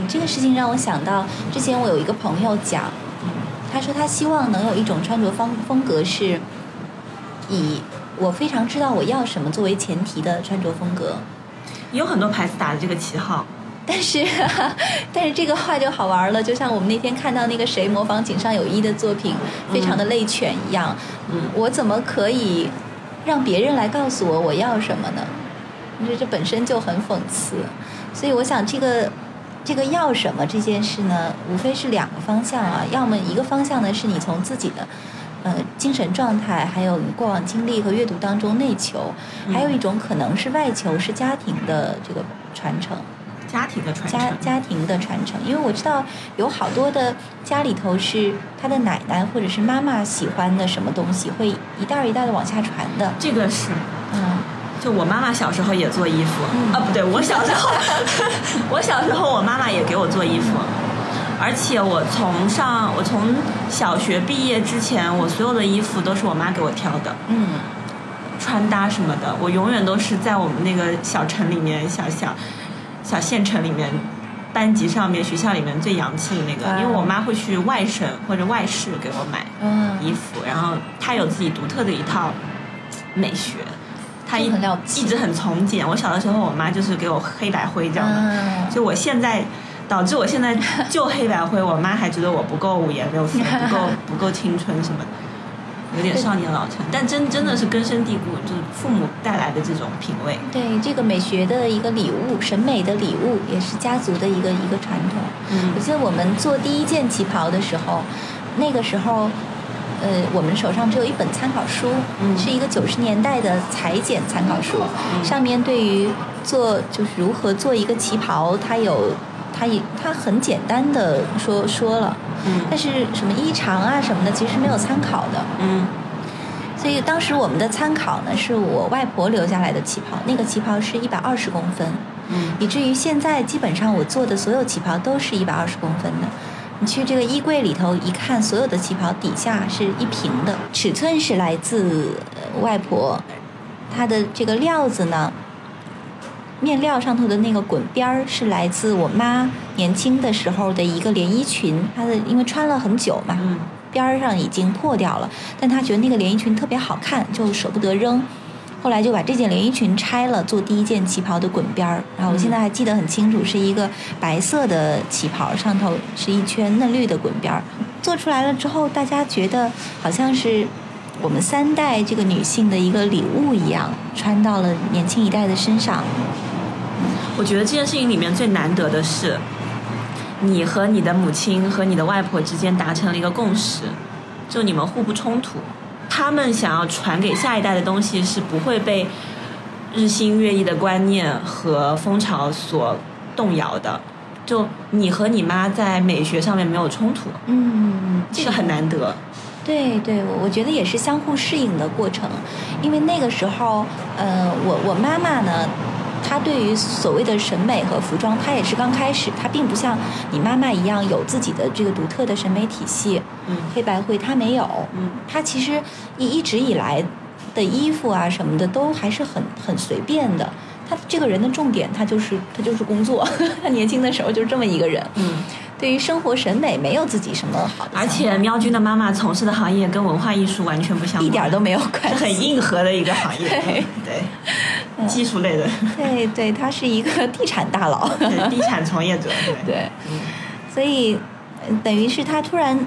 [SPEAKER 3] 嗯这个事情让我想到，之前我有一个朋友讲，他说他希望能有一种穿着方风格是，以我非常知道我要什么作为前提的穿着风格。
[SPEAKER 1] 有很多牌子打着这个旗号，
[SPEAKER 3] 但是， 但是这个话就好玩了，就像我们那天看到那个谁模仿井上有一的作品，非常的类犬一样，
[SPEAKER 1] 嗯，
[SPEAKER 3] 我怎么可以让别人来告诉我我要什么呢？你说这本身就很讽刺，所以我想这个这个要什么这件事呢，无非是两个方向啊，要么一个方向呢是你从自己的呃精神状态，还有你过往经历和阅读当中内求，还有一种可能是外求，是家庭的这个传承。
[SPEAKER 1] 家庭的传承
[SPEAKER 3] 家，家庭的传承，因为我知道有好多的家里头是他的奶奶或者是妈妈喜欢的什么东西，会一代儿一代的往下传的。
[SPEAKER 1] 这个是，
[SPEAKER 3] 嗯，
[SPEAKER 1] 就我妈妈小时候也做衣服，啊，不对，我小时候， 我小时候我妈妈也给我做衣服，而且我从上我从小学毕业之前，我所有的衣服都是我妈给我挑的，
[SPEAKER 3] 嗯，
[SPEAKER 1] 穿搭什么的，我永远都是在我们那个小城里面、小小小县城里面、班级上面、学校里面最洋气的那
[SPEAKER 3] 哇
[SPEAKER 1] 个，因为我妈会去外省或者外市给我买
[SPEAKER 3] 嗯
[SPEAKER 1] 衣服，然后她有自己独特的一套美学，她一
[SPEAKER 3] 这很了不起
[SPEAKER 1] 一直很从简。我小的时候，我妈就是给我黑白灰这样的，
[SPEAKER 3] 嗯
[SPEAKER 1] 就我现在导致我现在就黑白灰，我妈还觉得我不够五颜六色，不够不够青春什么的，有点少年老成。但真真的是根深蒂固，就是父母带来的这种品味。
[SPEAKER 3] 对，这个美学的一个礼物，审美的礼物，也是家族的一个一个传统。
[SPEAKER 1] 嗯
[SPEAKER 3] 我记得我们做第一件旗袍的时候，那个时候，呃，我们手上只有一本参考书，
[SPEAKER 1] 嗯
[SPEAKER 3] 是一个九十年代的裁剪参考书，
[SPEAKER 1] 嗯
[SPEAKER 3] 上面对于做就是如何做一个旗袍，它有它也它很简单的说说了，但
[SPEAKER 1] 嗯
[SPEAKER 3] 是什么衣长啊什么的，其实没有参考的。
[SPEAKER 1] 嗯
[SPEAKER 3] 所以当时我们的参考呢，是我外婆留下来的旗袍，那个旗袍是一百二十公分，
[SPEAKER 1] 嗯
[SPEAKER 3] 以至于现在基本上我做的所有旗袍都是一百二十公分的。你去这个衣柜里头一看，所有的旗袍底下是一平的，尺寸是来自呃外婆，它的这个料子呢，面料上头的那个滚边儿是来自我妈年轻的时候的一个连衣裙，她的因为穿了很久嘛，
[SPEAKER 1] 嗯
[SPEAKER 3] 边儿上已经破掉了，但她觉得那个连衣裙特别好看，就舍不得扔。后来就把这件连衣裙拆了，做第一件旗袍的滚边儿。然后我现在还记得很清楚，是一个白色的旗袍，上头是一圈嫩绿的滚边儿。做出来了之后，大家觉得好像是我们三代这个女性的一个礼物一样，穿到了年轻一代的身上。
[SPEAKER 1] 我觉得这件事情里面最难得的是，你和你的母亲和你的外婆之间达成了一个共识，就你们互不冲突。他们想要传给下一代的东西是不会被日新月异的观念和风潮所动摇的。就你和你妈在美学上面没有冲突，
[SPEAKER 3] 嗯，
[SPEAKER 1] 这个很难得。
[SPEAKER 3] 对对，我我觉得也是相互适应的过程，因为那个时候，呃，我我妈妈呢，她对于所谓的审美和服装，她也是刚开始，她并不像你妈妈一样有自己的这个独特的审美体系，
[SPEAKER 1] 嗯
[SPEAKER 3] 黑白灰她没有，
[SPEAKER 1] 嗯
[SPEAKER 3] 她其实一一直以来的衣服啊什么的都还是很很随便的。她这个人的重点，她就是她就是工作， 她年轻的时候就是这么一个人，
[SPEAKER 1] 嗯，
[SPEAKER 3] 对于生活审美没有自己什么好的想法，
[SPEAKER 1] 而且喵君的妈妈从事的行业跟文化艺术完全不相关，
[SPEAKER 3] 一点儿都没有
[SPEAKER 1] 是
[SPEAKER 3] 关系，
[SPEAKER 1] 很硬核的一个行业，嗯
[SPEAKER 3] 对嗯
[SPEAKER 1] 对，技术 类的，
[SPEAKER 3] 对对， 他是一个地产大佬。
[SPEAKER 1] 嗯对地产从业者，对，
[SPEAKER 3] 对，所以等于是他突然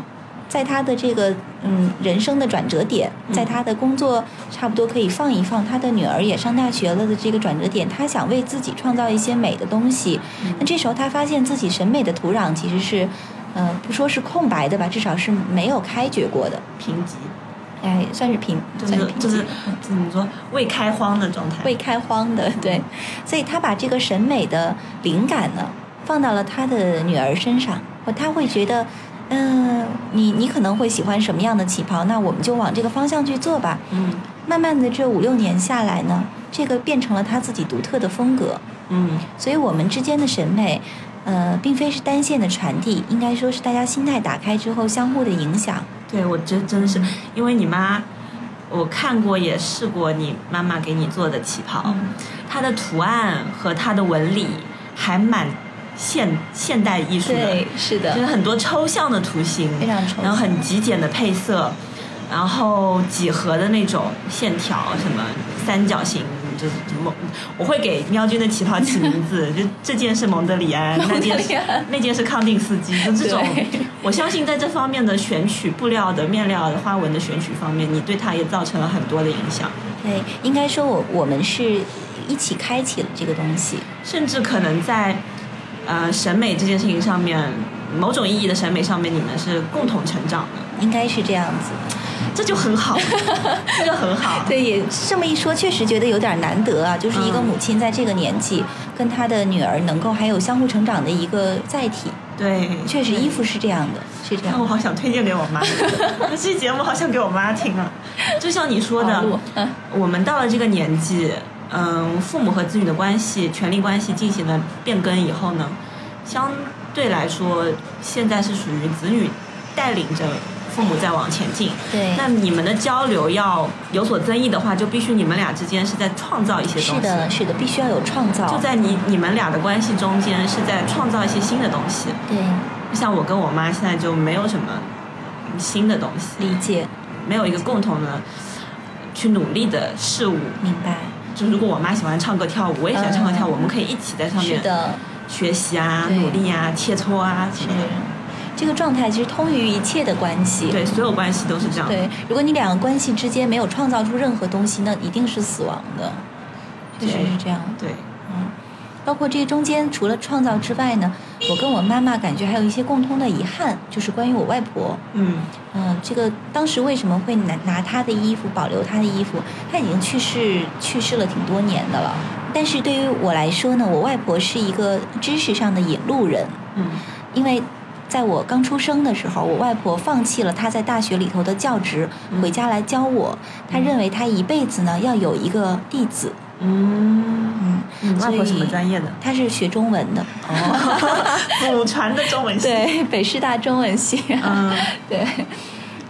[SPEAKER 3] 在他的这个嗯人生的转折点，
[SPEAKER 1] 嗯
[SPEAKER 3] 在他的工作差不多可以放一放，他的女儿也上大学了的这个转折点，他想为自己创造一些美的东西。
[SPEAKER 1] 嗯
[SPEAKER 3] 那这时候他发现自己审美的土壤其实是，呃，不说是空白的吧，至少是没有开掘过的。
[SPEAKER 1] 贫瘠，
[SPEAKER 3] 哎，算是平，
[SPEAKER 1] 就
[SPEAKER 3] 算
[SPEAKER 1] 是
[SPEAKER 3] 平
[SPEAKER 1] 就是
[SPEAKER 3] 嗯
[SPEAKER 1] 怎么说未开荒的状态，
[SPEAKER 3] 未开荒的， 对，所以他把这个审美的灵感呢，放到了他的女儿身上，哦他会觉得，嗯、你你可能会喜欢什么样的旗袍，那我们就往这个方向去做吧。
[SPEAKER 1] 嗯
[SPEAKER 3] 慢慢的，这五六年下来呢，这个变成了他自己独特的风格。
[SPEAKER 1] 嗯
[SPEAKER 3] 所以我们之间的审美，呃，并非是单线的传递，应该说是大家心态打开之后相互的影响。
[SPEAKER 1] 对，我真真的是因为你妈，我看过也试过你妈妈给你做的旗袍，
[SPEAKER 3] 嗯
[SPEAKER 1] 它的图案和它的纹理还蛮现现代艺术的，，就是
[SPEAKER 3] 是的，
[SPEAKER 1] 很多抽象的图形，
[SPEAKER 3] 非常抽
[SPEAKER 1] 然后
[SPEAKER 3] 象
[SPEAKER 1] 很极简的配色，然后几何的那种线条，什么三角形。就是蒙，我会给喵君的旗袍起名 字，就这件是蒙德里安，那件
[SPEAKER 3] 蒙德里
[SPEAKER 1] 是
[SPEAKER 3] 安
[SPEAKER 1] 那件是康定斯基，就这种
[SPEAKER 3] 对。
[SPEAKER 1] 我相信在这方面的选取布料的面料的花纹的选取方面，你对它也造成了很多的影响，
[SPEAKER 3] 对，应该说我我们是一起开启了这个东西。
[SPEAKER 1] 甚至可能在呃审美这件事情上面，某种意义的审美上面，你们是共同成长的。
[SPEAKER 3] 应该是这样子。
[SPEAKER 1] 这就很 好，这就很好。
[SPEAKER 3] 对，也这么一说，确实觉得有点难得啊。就是一个
[SPEAKER 1] 嗯
[SPEAKER 3] 母亲在这个年纪，跟她的女儿能够还有相互成长的一个载体，
[SPEAKER 1] 对，
[SPEAKER 3] 确实衣服是这样的，是这
[SPEAKER 1] 那
[SPEAKER 3] 样
[SPEAKER 1] 我
[SPEAKER 3] 的。
[SPEAKER 1] 好想推荐给我 妈，这期节目好想给我妈听啊。就像你说的
[SPEAKER 3] 好录，嗯
[SPEAKER 1] 我们到了这个年纪，嗯，父母和子女的关系、权力关系进行了变更以后呢，相对来说，现在是属于子女带领着父母在往前进。
[SPEAKER 3] 对，
[SPEAKER 1] 那你们的交流要有所增益的话，就必须你们俩之间是在创造一些东
[SPEAKER 3] 是
[SPEAKER 1] 西。
[SPEAKER 3] 的，是的，必须要有创造。
[SPEAKER 1] 就在你你们俩的关系中间，是在创造一些新的东西。
[SPEAKER 3] 对，
[SPEAKER 1] 像我跟我妈现在就没有什么新的东西，
[SPEAKER 3] 理解
[SPEAKER 1] 没有一个共同的去努力的事物。
[SPEAKER 3] 明白。
[SPEAKER 1] 就如果我妈喜欢唱歌跳舞，我也喜欢唱歌跳舞，
[SPEAKER 3] 嗯
[SPEAKER 1] 我们可以一起在上
[SPEAKER 3] 是
[SPEAKER 1] 面
[SPEAKER 3] 的，
[SPEAKER 1] 学习啊、
[SPEAKER 3] 对
[SPEAKER 1] 努力啊、切磋啊什
[SPEAKER 3] 是
[SPEAKER 1] 么的。
[SPEAKER 3] 这个状态其实通于一切的关系。
[SPEAKER 1] 对，啊所有关系都是这样。
[SPEAKER 3] 对，如果你两个关系之间没有创造出任何东西，那一定是死亡的。确实
[SPEAKER 1] 对
[SPEAKER 3] 是这样的。
[SPEAKER 1] 对，
[SPEAKER 3] 嗯，包括这中间除了创造之外呢，我跟我妈妈感觉还有一些共通的遗憾，就是关于我外婆。
[SPEAKER 1] 嗯
[SPEAKER 3] 嗯，这个当时为什么会拿拿她的衣服，保留她的衣服？她已经去世去世了挺多年的了。但是对于我来说呢，我外婆是一个知识上的引路人，
[SPEAKER 1] 嗯
[SPEAKER 3] 因为在我刚出生的时候，我外婆放弃了她在大学里头的教职，
[SPEAKER 1] 嗯
[SPEAKER 3] 回家来教我。她
[SPEAKER 1] 嗯
[SPEAKER 3] 认为她一辈子呢要有一个弟子。
[SPEAKER 1] 嗯。
[SPEAKER 3] 嗯，
[SPEAKER 1] 你外婆
[SPEAKER 3] 所
[SPEAKER 1] 什
[SPEAKER 3] 以
[SPEAKER 1] 么专业的？
[SPEAKER 3] 她是学中文的，
[SPEAKER 1] 哦， 祖传的中文系。
[SPEAKER 3] 对，北师大中文系，
[SPEAKER 1] 嗯，
[SPEAKER 3] 对，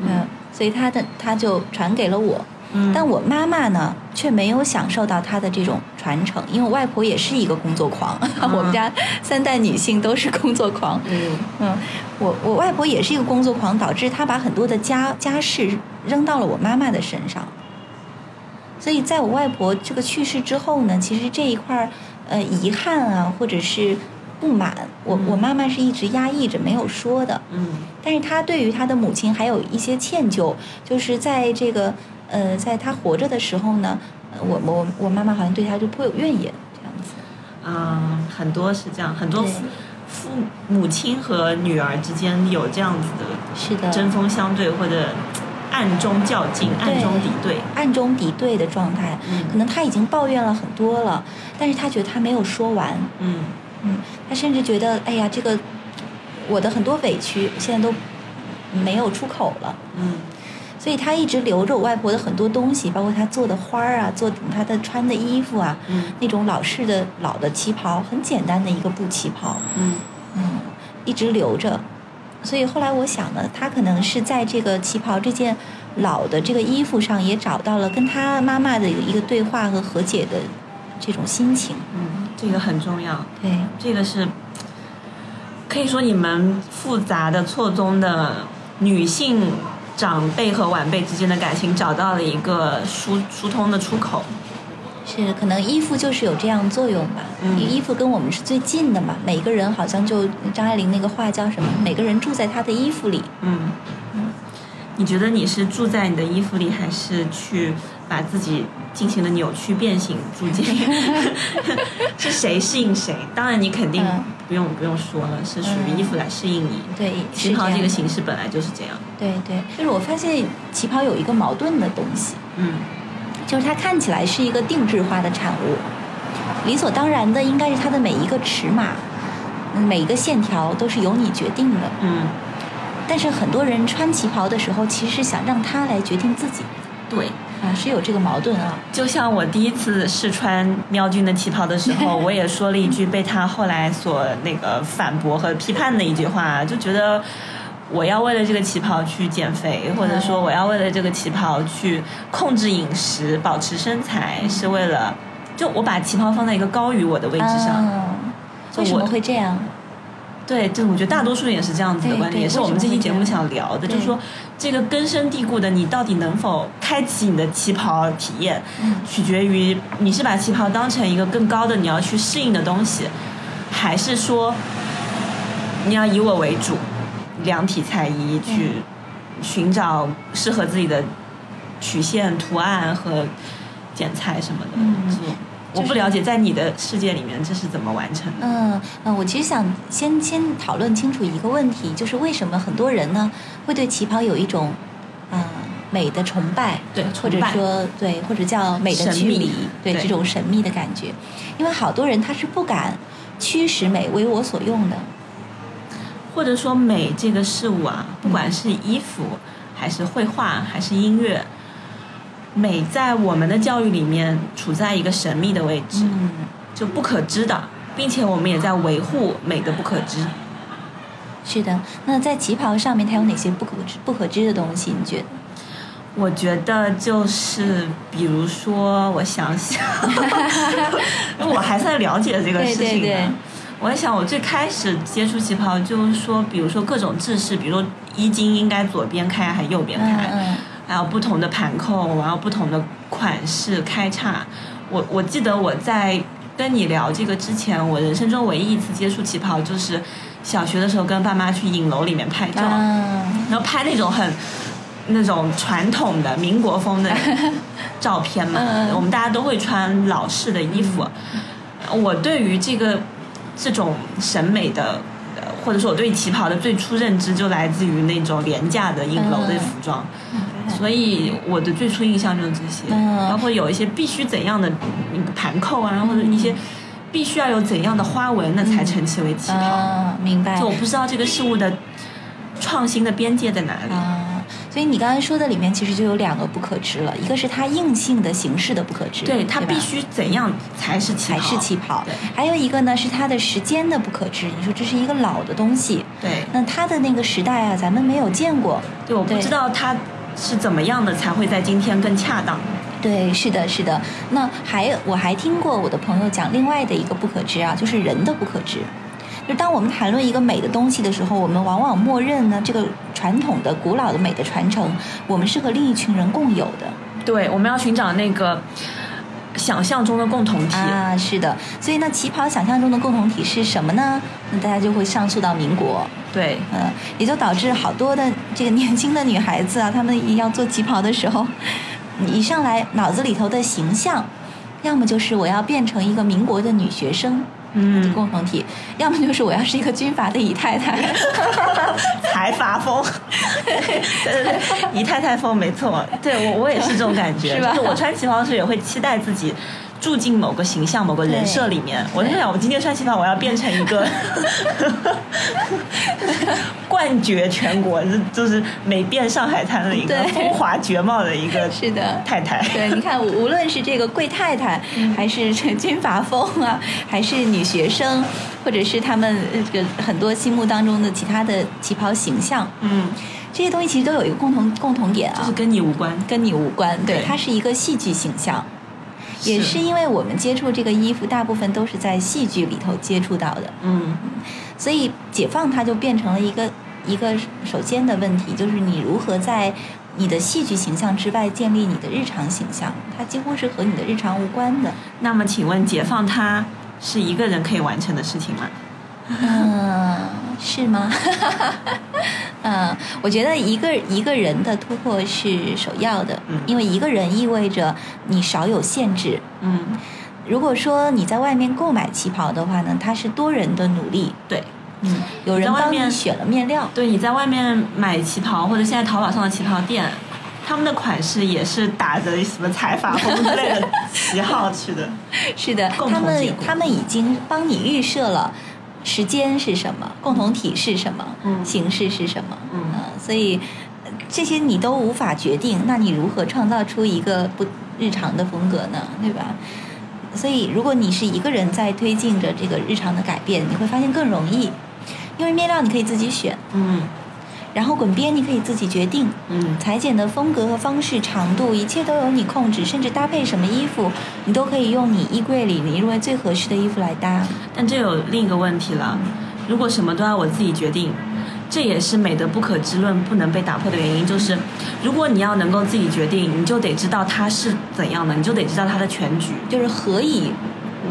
[SPEAKER 3] 嗯，所以她的她就传给了我，
[SPEAKER 1] 嗯，
[SPEAKER 3] 但我妈妈呢却没有享受到她的这种传承，因为我外婆也是一个工作狂， 我们家三代女性都是工作狂，
[SPEAKER 1] 嗯
[SPEAKER 3] 嗯，我我外婆也是一个工作狂，导致她把很多的家家事扔到了我妈妈的身上。所以在我外婆这个去世之后呢，其实这一块儿呃遗憾啊，或者是不满，我我
[SPEAKER 1] 嗯
[SPEAKER 3] 妈妈是一直压抑着没有说的。
[SPEAKER 1] 嗯
[SPEAKER 3] 但是她对于她的母亲还有一些歉疚，就是在这个呃，在她活着的时候呢，呃我我我妈妈好像对她就颇有怨言这样子。
[SPEAKER 1] 嗯，很多是这样，很多
[SPEAKER 3] 对
[SPEAKER 1] 父父母亲和女儿之间有这样子的
[SPEAKER 3] 是的，
[SPEAKER 1] 针锋相对，或者暗中较劲、暗中敌对。
[SPEAKER 3] 暗中敌对的状态。可
[SPEAKER 1] 嗯
[SPEAKER 3] 能他已经抱怨了很多了，但是他觉得他没有说完，
[SPEAKER 1] 嗯
[SPEAKER 3] 嗯，他甚至觉得，哎呀，这个我的很多委屈现在都没有出口了，
[SPEAKER 1] 嗯
[SPEAKER 3] 所以他一直留着我外婆的很多东西，包括她做的花儿啊，做她的穿的衣服啊，
[SPEAKER 1] 嗯
[SPEAKER 3] 那种老式的老的旗袍，很简单的一个布旗袍，
[SPEAKER 1] 嗯
[SPEAKER 3] 嗯，一直留着。所以后来我想呢，他可能是在这个旗袍这件老的这个衣服上，也找到了跟他妈妈的一个对话和和解的这种心情。
[SPEAKER 1] 嗯，这个很重要，
[SPEAKER 3] 对，
[SPEAKER 1] 这个是可以说你们复杂的错综的女性长辈和晚辈之间的感情找到了一个疏疏通的出口。
[SPEAKER 3] 是，可能衣服就是有这样作用吧。
[SPEAKER 1] 嗯
[SPEAKER 3] 衣服跟我们是最近的嘛，每个人好像就张爱玲那个话叫什么？每个人住在他的衣服里。
[SPEAKER 1] 嗯，你觉得你是住在你的衣服里，还是去把自己进行了扭曲变形住 进？是谁适应谁？当然，你肯定
[SPEAKER 3] 嗯
[SPEAKER 1] 不用、不用说了，是属于
[SPEAKER 3] 嗯
[SPEAKER 1] 衣服来适应你。
[SPEAKER 3] 对，
[SPEAKER 1] 旗
[SPEAKER 3] 是
[SPEAKER 1] 袍
[SPEAKER 3] 样
[SPEAKER 1] 这
[SPEAKER 3] 的
[SPEAKER 1] 个形式本来就是这样。
[SPEAKER 3] 对对，就是我发现旗袍有一个矛盾的东西，
[SPEAKER 1] 嗯
[SPEAKER 3] 就是它看起来是一个定制化的产物，理所当然的应该是它的每一个尺码、每一个线条都是由你决定的。
[SPEAKER 1] 嗯，
[SPEAKER 3] 但是很多人穿旗袍的时候，其实是想让它来决定自己
[SPEAKER 1] 对。
[SPEAKER 3] 啊，是有这个矛盾啊。
[SPEAKER 1] 就像我第一次试穿喵君的旗袍的时候，我也说了一句被他后来所那个反驳和批判的一句话，就觉得我要为了这个旗袍去减肥，或者说我要为了这个旗袍去控制饮食、保持身材，是为了就我把旗袍放在一个高于我的位置上。
[SPEAKER 3] 啊
[SPEAKER 1] 就
[SPEAKER 3] 为什
[SPEAKER 1] 我
[SPEAKER 3] 么会这样？
[SPEAKER 1] 对，就我觉得大多数人也是这样子的
[SPEAKER 3] 对
[SPEAKER 1] 观点，
[SPEAKER 3] 对
[SPEAKER 1] 也是我们这期节目想聊的，就
[SPEAKER 3] 为什么会这样
[SPEAKER 1] 是说这个根深蒂固的，你到底能否开启你的旗袍体验？
[SPEAKER 3] 嗯，
[SPEAKER 1] 取决于你是把旗袍当成一个更高的你要去适应的东西，还是说你要以我为主，量体裁衣去寻找适合自己的曲线、图案和剪裁什么的。
[SPEAKER 3] 嗯
[SPEAKER 1] 就我不了解，在你的世界里面这是怎么完成的？
[SPEAKER 3] 嗯嗯，我其实想先先讨论清楚一个问题，就是为什么很多人呢会对旗袍有一种啊、美的崇拜，
[SPEAKER 1] 对
[SPEAKER 3] 或者
[SPEAKER 1] 崇拜
[SPEAKER 3] 说对，或者叫美的
[SPEAKER 1] 神
[SPEAKER 3] 距
[SPEAKER 1] 秘
[SPEAKER 3] 离，对
[SPEAKER 1] 对
[SPEAKER 3] 这种神秘的感觉，因为好多人他是不敢驱使美为我所用的，
[SPEAKER 1] 或者说美这个事物啊，不管是衣服，还是绘画，还是音乐，美在我们的教育里面处在一个神秘的位置。
[SPEAKER 3] 嗯，
[SPEAKER 1] 就不可知的，并且我们也在维护美的不可知。
[SPEAKER 3] 是的。那在旗袍上面，它有哪些不可知不可知的东西？你觉得？
[SPEAKER 1] 我觉得就是，比如说，我想 想，因为我还算了解这个事情的。
[SPEAKER 3] 对对对
[SPEAKER 1] 我在想，我最开始接触旗袍，就是说，比如说各种制式，比如说衣襟应该左边开还是右边
[SPEAKER 3] 嗯
[SPEAKER 1] 开，
[SPEAKER 3] 嗯
[SPEAKER 1] 还有不同的盘扣，然后不同的款式开叉。我我记得我在跟你聊这个之前，我人生中唯一一次接触旗袍就是小学的时候跟爸妈去影楼里面拍照，
[SPEAKER 3] 啊，
[SPEAKER 1] 然后拍那种很那种传统的民国风 的照片嘛
[SPEAKER 3] 嗯，嗯
[SPEAKER 1] 我们大家都会穿老式的衣服。我对于这个这种审美的。呃或者说我对旗袍的最初认知就来自于那种廉价的影楼的
[SPEAKER 3] 嗯
[SPEAKER 1] 服装，
[SPEAKER 3] 明白
[SPEAKER 1] 所以我的最初印象就是这些，
[SPEAKER 3] 嗯
[SPEAKER 1] 包括有一些必须怎样的那个盘扣啊，或者一些必须要有怎样的花纹，那才称其为旗袍。
[SPEAKER 3] 啊，明白。
[SPEAKER 1] 就我不知道这个事物的创新的边界在哪里。
[SPEAKER 3] 啊，所以你刚才说的里面其实就有两个不可知了，一个是它硬性的形式的不可知，
[SPEAKER 1] 对，它
[SPEAKER 3] 吧
[SPEAKER 1] 必须怎样才是旗
[SPEAKER 3] 还
[SPEAKER 1] 袍？
[SPEAKER 3] 是旗袍
[SPEAKER 1] 对，
[SPEAKER 3] 还有一个呢是它的时间的不可知。你说这是一个老的东西，
[SPEAKER 1] 对
[SPEAKER 3] 那它的那个时代啊，咱们没有见过。
[SPEAKER 1] 对，我不
[SPEAKER 3] 对
[SPEAKER 1] 知道它是怎么样的才会在今天更恰当。
[SPEAKER 3] 对，是的，是的。那还有我还听过我的朋友讲另外的一个不可知啊，就是人的不可知。就当我们谈论一个美的东西的时候，我们往往默认呢，这个传统的、古老的美的传承，我们是和另一群人共有的。
[SPEAKER 1] 对，我们要寻找那个想象中的共同体。
[SPEAKER 3] 啊，是的，所以呢，旗袍想象中的共同体是什么呢？那大家就会上溯到民国，
[SPEAKER 1] 对，
[SPEAKER 3] 嗯、也就导致好多的这个年轻的女孩子啊，她们要做旗袍的时候， 一上来脑子里头的形象，要么就是我要变成一个民国的女学生。
[SPEAKER 1] 嗯，
[SPEAKER 3] 共同体，要么就是我要是一个军阀的姨太太，
[SPEAKER 1] 财阀风，对对对，姨太太风没错，对我我也是这种感觉，
[SPEAKER 3] 是吧
[SPEAKER 1] 就是我穿旗袍的时候也会期待自己。住进某个形象、某个人设里面，我就想，我今天穿旗袍，我要变成一个 冠绝全国，就就是美遍上海滩的一个
[SPEAKER 3] 对
[SPEAKER 1] 风华绝貌的一个
[SPEAKER 3] 是的，
[SPEAKER 1] 太太。
[SPEAKER 3] 对，你看，无无论是这个贵太太，
[SPEAKER 1] 嗯
[SPEAKER 3] 还是这军阀风啊，还是女学生，或者是他们呃这个很多心目当中的其他的旗袍形象，
[SPEAKER 1] 嗯，
[SPEAKER 3] 这些东西其实都有一个共同共同点啊，
[SPEAKER 1] 就是跟你无关，
[SPEAKER 3] 跟你无关，对，
[SPEAKER 1] 对
[SPEAKER 3] 它是一个戏剧形象。也
[SPEAKER 1] 是
[SPEAKER 3] 是因为我们接触这个衣服，大部分都是在戏剧里头接触到的，
[SPEAKER 1] 嗯，
[SPEAKER 3] 所以解放它就变成了一个一个首先的问题，就是你如何在你的戏剧形象之外建立你的日常形象，它几乎是和你的日常无关的。
[SPEAKER 1] 那么，请问解放它是一个人可以完成的事情吗？
[SPEAKER 3] 嗯，是吗？ 嗯，我觉得一个一个人的突破是首要的，
[SPEAKER 1] 嗯
[SPEAKER 3] 因为一个人意味着你少有限制。
[SPEAKER 1] 嗯，
[SPEAKER 3] 如果说你在外面购买旗袍的话呢，它是多人的努力，
[SPEAKER 1] 对，
[SPEAKER 3] 嗯，有人
[SPEAKER 1] 在外
[SPEAKER 3] 帮你
[SPEAKER 1] 面
[SPEAKER 3] 选了面料，
[SPEAKER 1] 对，你在外面买旗袍，或者现在淘宝上的旗袍店，他们的款式也是打着什么财阀风之类的旗号去的。
[SPEAKER 3] 是的，
[SPEAKER 1] 共
[SPEAKER 3] 他
[SPEAKER 1] 同
[SPEAKER 3] 们
[SPEAKER 1] 结果
[SPEAKER 3] 他们已经帮你预设了时间是什么，共同体是什么，
[SPEAKER 1] 嗯
[SPEAKER 3] 形式是什么，
[SPEAKER 1] 嗯
[SPEAKER 3] 呃所以呃这些你都无法决定，那你如何创造出一个不日常的风格呢？对吧？所以，如果你是一个人在推进着这个日常的改变，你会发现更容易，因为面料你可以自己选，
[SPEAKER 1] 嗯
[SPEAKER 3] 然后滚边你可以自己决定，
[SPEAKER 1] 嗯
[SPEAKER 3] 裁剪的风格和方式、长度，一切都由你控制，甚至搭配什么衣服，你都可以用你衣柜里你认为最合适的衣服来搭。
[SPEAKER 1] 但这有另一个问题了，如果什么都要我自己决定，这也是美的不可知论不能被打破的原因。就是如果你要能够自己决定，你就得知道它是怎样的，你就得知道它的全局。
[SPEAKER 3] 就是何以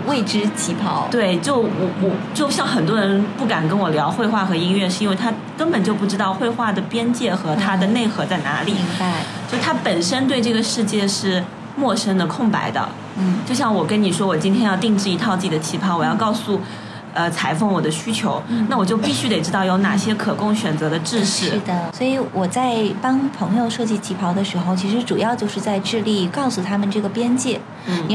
[SPEAKER 3] 谓之旗袍？
[SPEAKER 1] 对，就我我就像很多人不敢跟我聊绘画和音乐，是因为他根本就不知道绘画的边界和它的内核在哪里，
[SPEAKER 3] 明白。
[SPEAKER 1] 就他本身对这个世界是陌生的、空白的。
[SPEAKER 3] 嗯
[SPEAKER 1] 就像我跟你说，我今天要定制一套自己的旗袍，我要告诉，呃，裁缝我的需求，那我就必须得知道有哪些可供选择的制
[SPEAKER 3] 嗯是
[SPEAKER 1] 式。
[SPEAKER 3] 的，所以我在帮朋友设计旗袍的时候，其实主要就是在致力告诉他们这个边界。你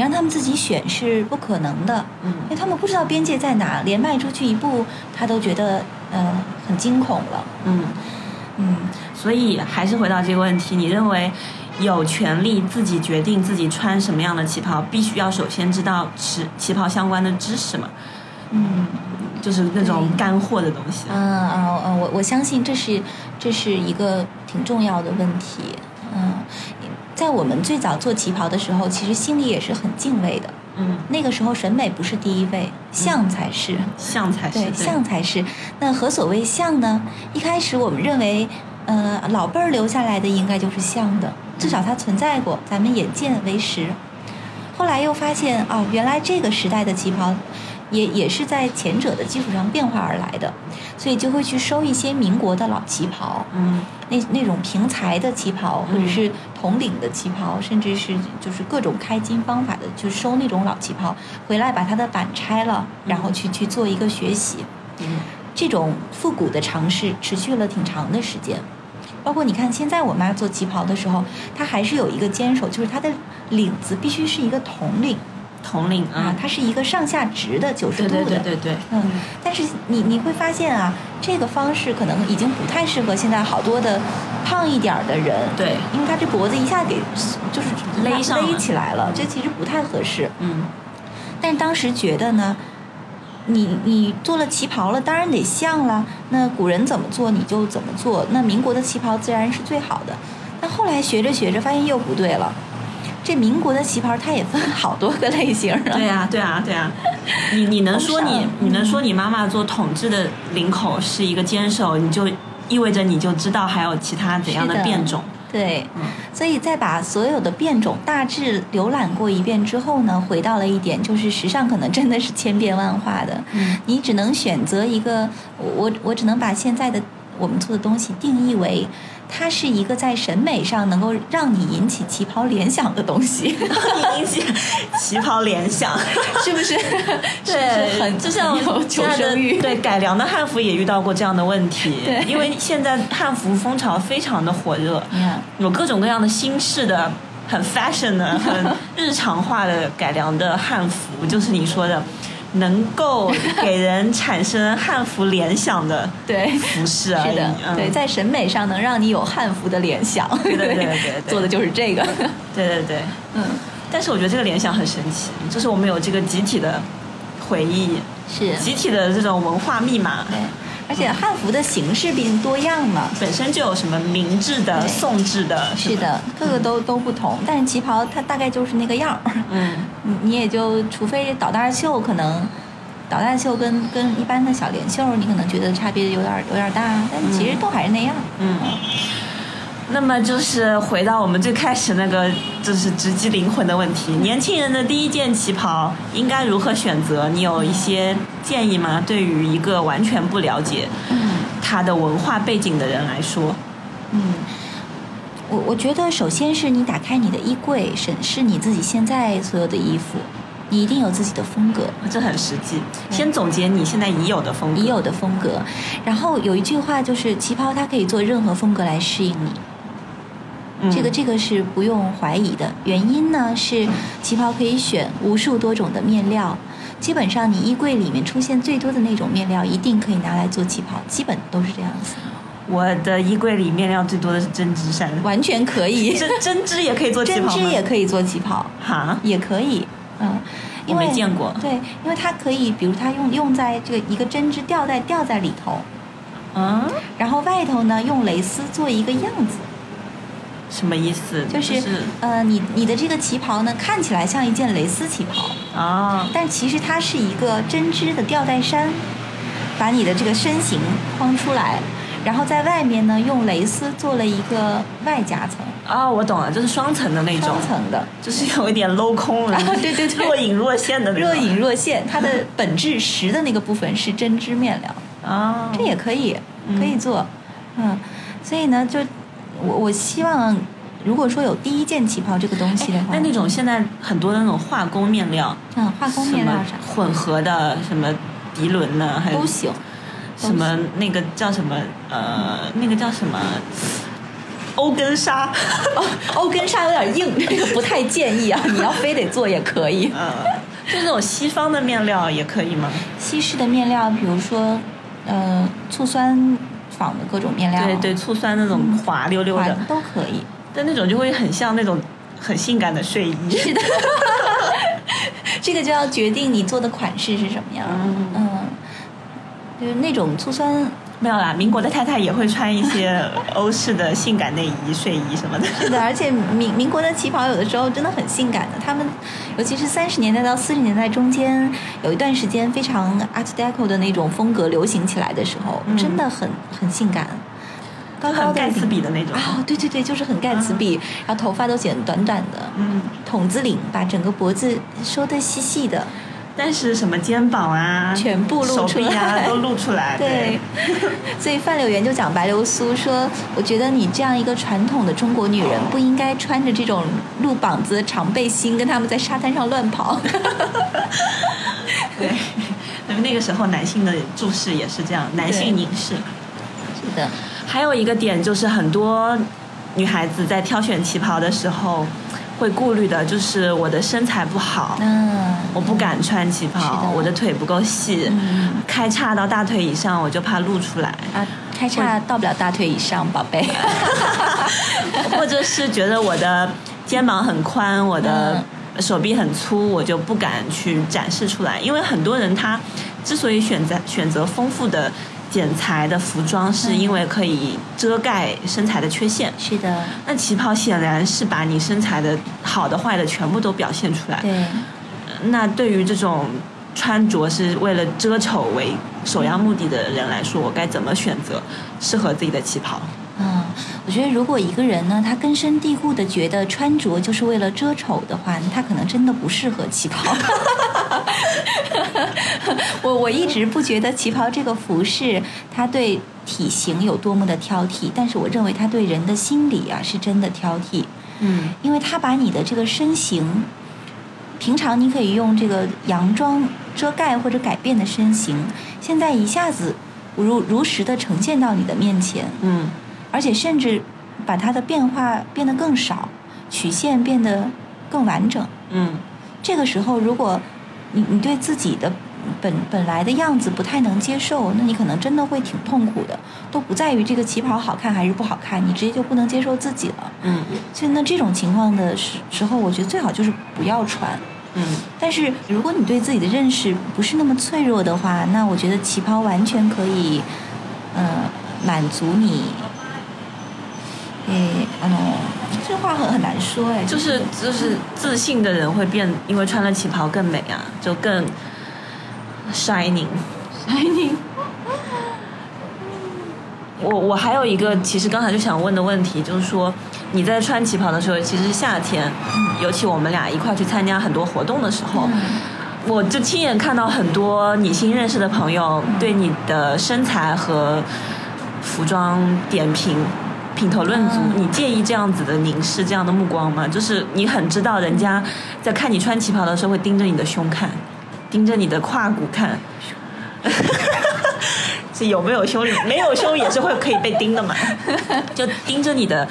[SPEAKER 1] 嗯
[SPEAKER 3] 让他们自己选是不可能的，
[SPEAKER 1] 嗯
[SPEAKER 3] 因为他们不知道边界在哪，连迈出去一步，他都觉得呃很惊恐了。
[SPEAKER 1] 嗯，
[SPEAKER 3] 嗯，
[SPEAKER 1] 所以还是回到这个问题，你认为有权利自己决定自己穿什么样的旗袍，必须要首先知道旗旗袍相关的知识吗？
[SPEAKER 3] 嗯，
[SPEAKER 1] 就是那种
[SPEAKER 3] 对
[SPEAKER 1] 干货的东西。
[SPEAKER 3] 啊啊啊！我我相信这是这是一个挺重要的问题。嗯，在我们最早做旗袍的时候，其实心里也是很敬畏的。
[SPEAKER 1] 嗯，
[SPEAKER 3] 那个时候审美不是第一位，像才是。
[SPEAKER 1] 像才是
[SPEAKER 3] 对，像才是。那何所谓像呢？一开始我们认为，呃，老辈儿留下来的应该就是像的，至少它存在过，咱们眼见为实。后来又发现啊、原来这个时代的旗袍也也是在前者的基础上变化而来的，所以就会去收一些民国的老旗袍，
[SPEAKER 1] 嗯
[SPEAKER 3] 那那种平裁的旗袍，或者
[SPEAKER 1] 嗯
[SPEAKER 3] 是铜领的旗袍，甚至是就是各种开襟方法的，去收那种老旗袍回来，把它的版拆了，然后去去做一个学习。
[SPEAKER 1] 嗯
[SPEAKER 3] 这种复古的尝试持续了挺长的时间。包括你看，现在我妈做旗袍的时候，她还是有一个坚守，就是她的领子必须是一个铜领
[SPEAKER 1] 统领
[SPEAKER 3] 啊
[SPEAKER 1] 啊，，
[SPEAKER 3] 它是一个上下直的九十
[SPEAKER 1] 对
[SPEAKER 3] 度的。
[SPEAKER 1] 对对对对，
[SPEAKER 3] 嗯，但是你你会发现啊，这个方式可能已经不太适合现在好多的胖一点儿的人。
[SPEAKER 1] 对
[SPEAKER 3] 因为她这脖子一下给就是
[SPEAKER 1] 勒上了
[SPEAKER 3] 勒起来了，这其实不太合适。
[SPEAKER 1] 嗯
[SPEAKER 3] 但当时觉得呢，你你做了旗袍了，当然得像了。那古人怎么做你就怎么做，那民国的旗袍自然是最好的。但后来学着学着发现又不对了，这民国的旗袍它也分好多个类型啊。
[SPEAKER 1] 对啊对啊对啊，你你能说
[SPEAKER 3] 好
[SPEAKER 1] 你
[SPEAKER 3] 傻
[SPEAKER 1] 你能说你妈妈做统治的领口是一个坚守，你就意味着你就知道还有其他怎样
[SPEAKER 3] 是的
[SPEAKER 1] 变种。
[SPEAKER 3] 对
[SPEAKER 1] 嗯
[SPEAKER 3] 所以在把所有的变种大致浏览过一遍之后呢，回到了一点，就是时尚可能真的是千变万化的，
[SPEAKER 1] 嗯
[SPEAKER 3] 你只能选择一个，我我我只能把现在的我们做的东西定义为。它是一个在审美上能够让你引起旗袍联想的 东西，
[SPEAKER 1] 你 引起旗袍联想，
[SPEAKER 3] 是不是？是
[SPEAKER 1] 对，
[SPEAKER 3] 不是很
[SPEAKER 1] 就像
[SPEAKER 3] 很有求
[SPEAKER 1] 现在的
[SPEAKER 3] 生欲？
[SPEAKER 1] 对改良的汉服也遇到过这样的问题，
[SPEAKER 3] 对
[SPEAKER 1] 因为现在汉服风潮非常的火热，
[SPEAKER 3] Yeah
[SPEAKER 1] 有各种各样的新式的、很 fashion 的、 很日常化的改良的汉服，就是你说的。能够给人产生汉服联想的
[SPEAKER 3] 对
[SPEAKER 1] 服饰而
[SPEAKER 3] 是
[SPEAKER 1] 已，
[SPEAKER 3] 的，
[SPEAKER 1] 嗯、
[SPEAKER 3] 对，在审美上能让你有汉服的联想，对
[SPEAKER 1] 对对对对
[SPEAKER 3] 做的就是这 个，
[SPEAKER 1] 对对对。
[SPEAKER 3] 嗯，
[SPEAKER 1] 但是我觉得这个联想很神奇，就是我们有这个集体的回忆，
[SPEAKER 3] 是
[SPEAKER 1] 集体的这种文化密码，
[SPEAKER 3] 对，而且汉服的形式毕竟多样嘛。
[SPEAKER 1] 本身就有什么明制的、
[SPEAKER 3] 对
[SPEAKER 1] 宋制的，
[SPEAKER 3] 是
[SPEAKER 1] 吧，
[SPEAKER 3] 的，各个都都不同，但是旗袍它大概就是那个样儿，
[SPEAKER 1] 嗯
[SPEAKER 3] 你你也就除非导弹袖可能，导弹袖跟跟一般的小嗯连袖儿，你可能觉得差别有点儿有点儿大，但其实都还是那样。
[SPEAKER 1] 嗯。那么就是回到我们最开始那个，就是直击灵魂的问题。年轻人的第一件旗袍应该如何选择？你有一些建议吗？对于一个完全不了解他的文化背景的人来说，
[SPEAKER 3] 嗯，我我觉得首先是你打开你的衣柜，审视你自己现在所有的衣服，你一定有自己的风格，
[SPEAKER 1] 这很实际。先总结你现在已有的风格，
[SPEAKER 3] 已有的风格。然后有一句话就是，旗袍它可以做任何风格来适应你。
[SPEAKER 1] 嗯
[SPEAKER 3] 这个这个是不用怀疑的。原因呢是旗袍可以选无数多种的面料，基本上你衣柜里面出现最多的那种面料，一定可以拿来做旗袍，基本都是这样子，
[SPEAKER 1] 我的衣柜里面料最多的是针织衫，
[SPEAKER 3] 完全 可以。
[SPEAKER 1] 针针织也可以做旗
[SPEAKER 3] 针
[SPEAKER 1] 袍吗？
[SPEAKER 3] 织也可以做旗袍，
[SPEAKER 1] 哈，
[SPEAKER 3] 也可以，嗯，因为
[SPEAKER 1] 我没见过
[SPEAKER 3] 对，因为它可以，比如它用用在这个一个针织吊带吊在里头，
[SPEAKER 1] 嗯，
[SPEAKER 3] 然后外头呢用蕾丝做一个样子，
[SPEAKER 1] 什么意思？
[SPEAKER 3] 就是呃，你你的这个旗袍呢看起来像一件蕾丝旗袍，
[SPEAKER 1] 啊、
[SPEAKER 3] 但其实它是一个针织的吊带衫，把你的这个身形框出来，然后在外面呢用蕾丝做了一个外夹层，
[SPEAKER 1] 啊、我懂了，就是双层的那种
[SPEAKER 3] 双，层的。
[SPEAKER 1] 就是有一点镂空了、
[SPEAKER 3] 啊对对对
[SPEAKER 1] 若隐若现的那种
[SPEAKER 3] 若隐若现，它的本质实的那个部分是针织面料，
[SPEAKER 1] 啊，
[SPEAKER 3] 这也可以，
[SPEAKER 1] 嗯
[SPEAKER 3] 可以做，嗯，所以呢，就我我希望，如果说有第一件旗袍这个东西的
[SPEAKER 1] 哎
[SPEAKER 3] 话，
[SPEAKER 1] 那那种现在很多那种化工面料，
[SPEAKER 3] 嗯，化工面料
[SPEAKER 1] 什
[SPEAKER 3] 啥
[SPEAKER 1] 么混合的什么涤纶呢，还有
[SPEAKER 3] 都行，都
[SPEAKER 1] 什么那个叫什么呃，那个叫什么欧根纱，
[SPEAKER 3] 欧根哦纱有点硬， 这个不太建议啊，你要非得做也可 以。
[SPEAKER 1] 呃，就那种西方的面料也可以吗？
[SPEAKER 3] 西式的面料，比如说，呃，醋酸仿的各种面料，
[SPEAKER 1] 对对，醋酸那种滑溜溜
[SPEAKER 3] 滑
[SPEAKER 1] 的，
[SPEAKER 3] 都可以。
[SPEAKER 1] 但那种就会很像那种很性感的睡衣。
[SPEAKER 3] 是的，这个就要决定你做的款式是什么样。
[SPEAKER 1] 嗯
[SPEAKER 3] 嗯就是那种醋酸，
[SPEAKER 1] 没有啦，民国的太太也会穿一些欧式的性感内衣、睡衣什么的。
[SPEAKER 3] 是的，而且民民国的旗袍有的时候真的很性感的。他们，尤其是三十年代到四十年代中间有一段时间非常 Art Deco 的那种风格流行起来的时候，
[SPEAKER 1] 嗯
[SPEAKER 3] 真的很很性感，高高
[SPEAKER 1] 很
[SPEAKER 3] 的
[SPEAKER 1] 盖茨
[SPEAKER 3] 领
[SPEAKER 1] 比的那种。
[SPEAKER 3] 啊、对对对，就是很盖茨比，然后头发都剪短短的，
[SPEAKER 1] 嗯，
[SPEAKER 3] 筒子领，把整个脖子收得细细的，
[SPEAKER 1] 啊但是什么肩膀啊、
[SPEAKER 3] 全部露
[SPEAKER 1] 手
[SPEAKER 3] 出
[SPEAKER 1] 臂啊
[SPEAKER 3] 来
[SPEAKER 1] 都露出来。
[SPEAKER 3] 对， 所以范柳原就讲白流苏说：“我觉得你这样一个传统的中国女人，不应该穿着这种露膀子的长背心，跟他们在沙滩上 乱跑。
[SPEAKER 1] 对，那么那个时候男性的注视也是这样，男性凝视。”
[SPEAKER 3] 是的，
[SPEAKER 1] 还有一个点就是，很多女孩子在挑选旗袍的时候会顾虑的，就是我的身材不好，
[SPEAKER 3] 嗯，
[SPEAKER 1] 我不敢穿旗
[SPEAKER 3] 是
[SPEAKER 1] 袍，
[SPEAKER 3] 的
[SPEAKER 1] 我的腿不够细，
[SPEAKER 3] 嗯
[SPEAKER 1] 开叉到大腿以上我就怕露出来。
[SPEAKER 3] 啊，开叉到不了大腿以上，宝 贝。
[SPEAKER 1] 或者是觉得我的肩膀很宽，我的手臂很粗，我就不敢去展示出来。因为很多人他之所以选择选择丰富的剪裁的服装，是
[SPEAKER 3] 嗯
[SPEAKER 1] 因为可以遮盖身材的缺陷。
[SPEAKER 3] 是的，
[SPEAKER 1] 那旗袍显然是把你身材的好的坏的全部都表现出来。
[SPEAKER 3] 对，
[SPEAKER 1] 那对于这种穿着是为了遮丑为首要目的的人来说，我该怎么选择适合自己的旗袍？
[SPEAKER 3] 嗯，我觉得如果一个人呢，他根深蒂固的觉得穿着就是为了遮丑的话，他可能真的不适合旗袍。 我我一直不觉得旗袍这个服饰，它对体型有多么的挑剔，但是我认为它对人的心理啊是真的挑剔，
[SPEAKER 1] 嗯
[SPEAKER 3] 因为它把你的这个身形，平常你可以用这个洋装遮盖或者改变的身形，现在一下子如如实的呈现到你的面前。
[SPEAKER 1] 嗯。
[SPEAKER 3] 而且甚至把它的变化变得更少，曲线变得更完整。
[SPEAKER 1] 嗯
[SPEAKER 3] 这个时候，如果你你对自己的本本来的样子不太能接受，那你可能真的会挺痛苦的。都不在于这个旗袍好看还是不好看，你直接就不能接受自己了。
[SPEAKER 1] 嗯
[SPEAKER 3] 所以呢，这种情况的时时候，我觉得最好就是不要穿。
[SPEAKER 1] 嗯
[SPEAKER 3] 但是如果你对自己的认识不是那么脆弱的话，那我觉得旗袍完全可以，呃，满足你。诶，啊 no，这话很很难说哎，
[SPEAKER 1] 就是就是自信的人会变，因为穿了旗袍更美啊，就更 shining。
[SPEAKER 3] shining。
[SPEAKER 1] 我我还有一个，其实刚才就想问的问题，就是说你在穿旗袍的时候，其实是夏天，尤其我们俩一块去参加很多活动的时候，我就亲眼看到很多你新认识的朋友对你的身材和服装点评。品头论足，
[SPEAKER 4] 嗯
[SPEAKER 1] 你介意这样子的凝视、这样的目光吗？就是你很知道人家在看你穿旗袍的时候会盯着你的胸看，盯着你的胯骨看，是有没有胸里没有胸也是会可以被盯的嘛，就盯着你的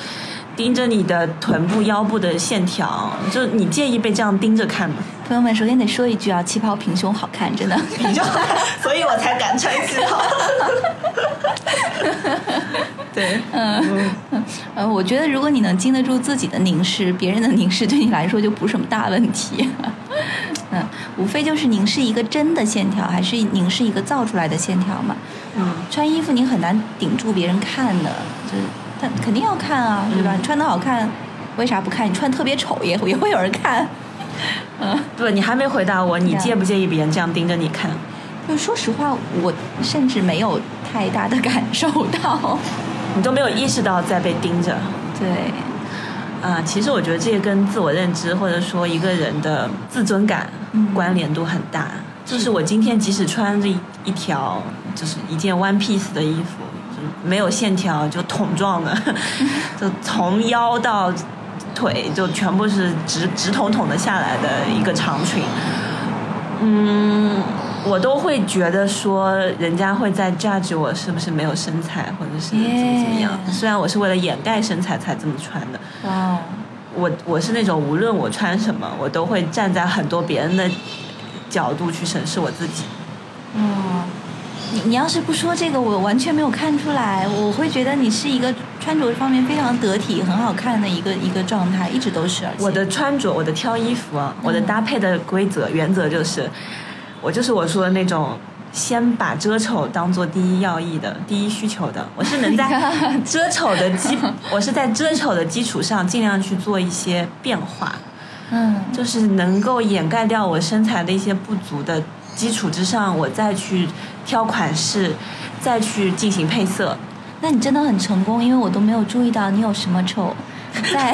[SPEAKER 1] 盯着你的臀部、腰部的线条，就你介意被这样盯着看吗？
[SPEAKER 3] 朋友们，首先得说一句啊，旗袍平胸好看， 真的。
[SPEAKER 1] 你就所以我才敢穿旗袍。对，
[SPEAKER 3] 嗯，呃，我觉得如果你能经得住自己的凝视，别人的凝视对你来说就不是什么大问题。 嗯，无非就是凝视一个真的线条，还是凝视一个造出来的线条嘛。
[SPEAKER 1] 嗯，
[SPEAKER 3] 穿衣服你很难顶住别人看的，就是他肯定要看啊，对吧？
[SPEAKER 1] 嗯
[SPEAKER 3] 你穿的好看，为啥不看？你穿特别丑也也会 有人看。嗯，
[SPEAKER 1] 对你还没回答我，你
[SPEAKER 3] 对啊
[SPEAKER 1] 介不介意别人这样盯着你看？
[SPEAKER 3] 就说实话，我甚至没有太大的感受到。
[SPEAKER 1] 你都没有意识到在被盯着。
[SPEAKER 3] 对，
[SPEAKER 1] 啊、其实我觉得这个跟自我认知或者说一个人的自尊感
[SPEAKER 3] 嗯
[SPEAKER 1] 关联度很大。就是我今天即使穿着一一条就是一件 one piece 的衣服，就没有线条就桶状的， 就从腰到腿就全部是直直筒筒的下来的一个长裙，嗯，我都会觉得说人家会在 judge 我是不是没有身材，或者是怎么怎么样。
[SPEAKER 3] Yeah
[SPEAKER 1] 虽然我是为了掩盖身材才这么穿的，
[SPEAKER 3] 哇哦，
[SPEAKER 1] 我我是那种无论我穿什么，我都会站在很多别人的角度去审视我自己。
[SPEAKER 3] 嗯，你你要是不说这个，我完全没有看出来，我会觉得你是一个穿着方面非常得体、很好看的一个一个状态，一直都是。而且
[SPEAKER 1] 我的穿着，我的挑衣服啊，我的搭配的规则原则就是，我就是我说的那种。先把遮丑当做第一要义的、第一需求的，我是能在
[SPEAKER 3] God
[SPEAKER 1] 遮丑的基，我是在遮丑的基础上尽量去做一些变化，
[SPEAKER 3] 嗯，
[SPEAKER 1] 就是能够掩盖掉我身材的一些不足的基础之上，我再去挑款式，再去进行配色。
[SPEAKER 3] 那你真的很成功，因为我都没有注意到你有什么丑。在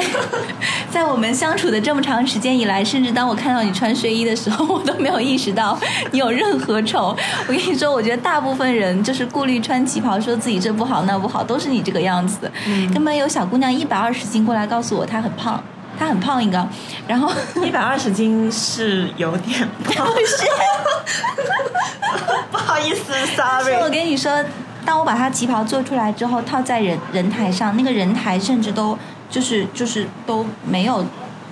[SPEAKER 3] 在我们相处的这么长时间以来，甚至当我看到你穿睡衣的时候，我都没有意识到你有任何丑。我跟你说，我觉得大部分人就是顾虑穿旗袍，说自己这不好那不好，都是你这个样子。根本有小姑娘一百二十斤过来告诉我她很胖，她很胖一个，然后
[SPEAKER 1] 一百二十斤是有点胖，不是，不好意思
[SPEAKER 3] 是我
[SPEAKER 1] ，sorry。
[SPEAKER 3] 跟你说，当我把它旗袍做出来之后，套在人人台上，那个人台甚至都就是就是都没有，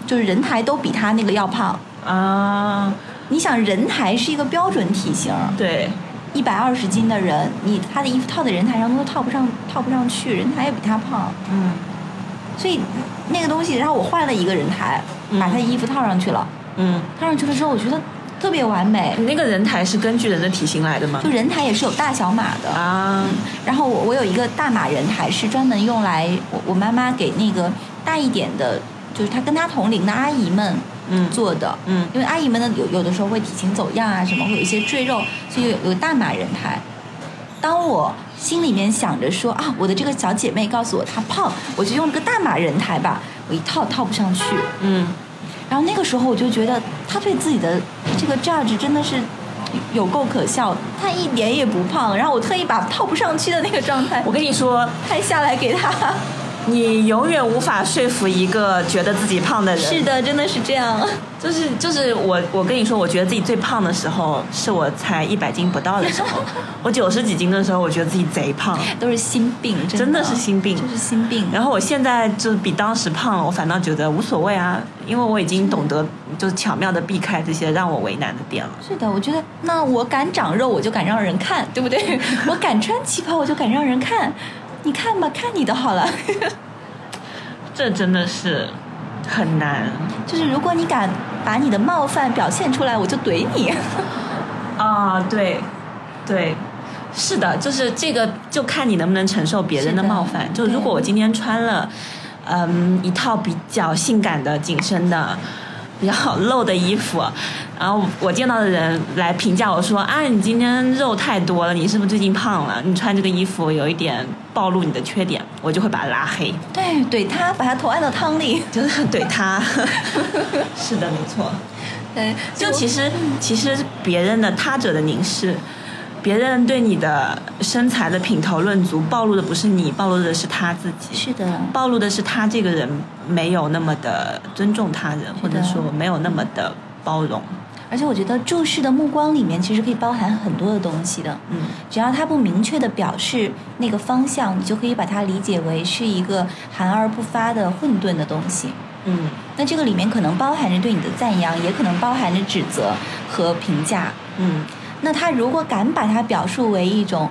[SPEAKER 3] 就是人台都比它那个要胖。
[SPEAKER 1] 啊，
[SPEAKER 3] 你想，人台是一个标准体型，
[SPEAKER 1] 对，
[SPEAKER 3] 一百二十斤的人，你他的衣服套在人台上都套不上，套不上去，人台也比他胖，
[SPEAKER 1] 嗯，
[SPEAKER 3] 所以那个东西，然后我换了一个人台，
[SPEAKER 1] 嗯
[SPEAKER 3] 把他衣服套上去了，
[SPEAKER 1] 嗯，
[SPEAKER 3] 套上去了之后，我觉得特别完美
[SPEAKER 1] 你。那个人台是根据人的体型来的吗
[SPEAKER 3] 就？人台也是有大小码的，
[SPEAKER 1] 啊，
[SPEAKER 3] 然后我我有一个大码人台是专门用来我我妈妈给那个大一点的，就是她跟她同龄的阿姨们
[SPEAKER 1] 嗯，
[SPEAKER 3] 做的，
[SPEAKER 1] 嗯
[SPEAKER 3] 因为阿姨们呢有有的时候会体型走样啊什么，会有一些赘肉，所以有有大码人台。当我心里面想着说啊，我的这个小姐妹告诉我她胖，我就用了个大码人台吧，我一套套不上去。
[SPEAKER 1] 嗯，
[SPEAKER 3] 然后那个时候我就觉得她对自己的这个 judge 真的是有够可笑，她一点也不胖。然后我特意把套不上去的那个状态
[SPEAKER 1] 我跟你说，
[SPEAKER 3] 拍下来给她。
[SPEAKER 1] 你永远无法说服一个觉得自己胖的人。
[SPEAKER 3] 是的，真的是这样。
[SPEAKER 1] 就是就是我我跟你说，我觉得自己最胖的时候是我才一百斤不到的时候，我九十几斤的时候，我觉得自己贼胖。
[SPEAKER 3] 都是心病，真的
[SPEAKER 1] 真的是心病
[SPEAKER 3] 就是心病。
[SPEAKER 1] 然后我现在就是比当时胖了，我反倒觉得无所谓啊，因为我已经懂得就是巧妙的避开这些让我为难的点了。
[SPEAKER 3] 是的，我觉得那我敢长肉，我就敢让人看，对不 对？我敢穿旗袍，我就敢让人看。你看吧，看你的好了。
[SPEAKER 1] 这真的是很难
[SPEAKER 3] 就是如果你敢把你的冒犯表现出来，我就怼 你。
[SPEAKER 1] 啊！对，对，是的，就是这个就看你能不能承受别人的
[SPEAKER 3] 是的
[SPEAKER 1] 冒犯。就
[SPEAKER 3] 对
[SPEAKER 1] 如果我今天穿了，嗯，一套比较性感的紧身的。比较露的衣服，然后我见到的人来评价我说啊，你今天肉太多了，你是不是最近胖了？你穿这个衣服有一点暴露你的缺点，我就会把他拉黑。
[SPEAKER 3] 对对，他把他头按到汤里，
[SPEAKER 1] 就是怼他， 是的，没错。
[SPEAKER 3] 对，
[SPEAKER 1] 就其实其实别人的他者的凝视，别人对你的身材的品头论足，暴露的不是你，暴露的是他自己，
[SPEAKER 3] 是的，
[SPEAKER 1] 暴露的是他这个人没有那么的尊重他人，或者说没有那么的包容。
[SPEAKER 3] 而且我觉得注视的目光里面其实可以包含很多的东西的，
[SPEAKER 1] 嗯，
[SPEAKER 3] 只要他不明确的表示那个方向，你就可以把它理解为是一个含而不发的混沌的东西。
[SPEAKER 1] 嗯，
[SPEAKER 3] 那这个里面可能包含着对你的赞扬，也可能包含着指责和评价。
[SPEAKER 1] 嗯，
[SPEAKER 3] 那他如果敢把它表述为一种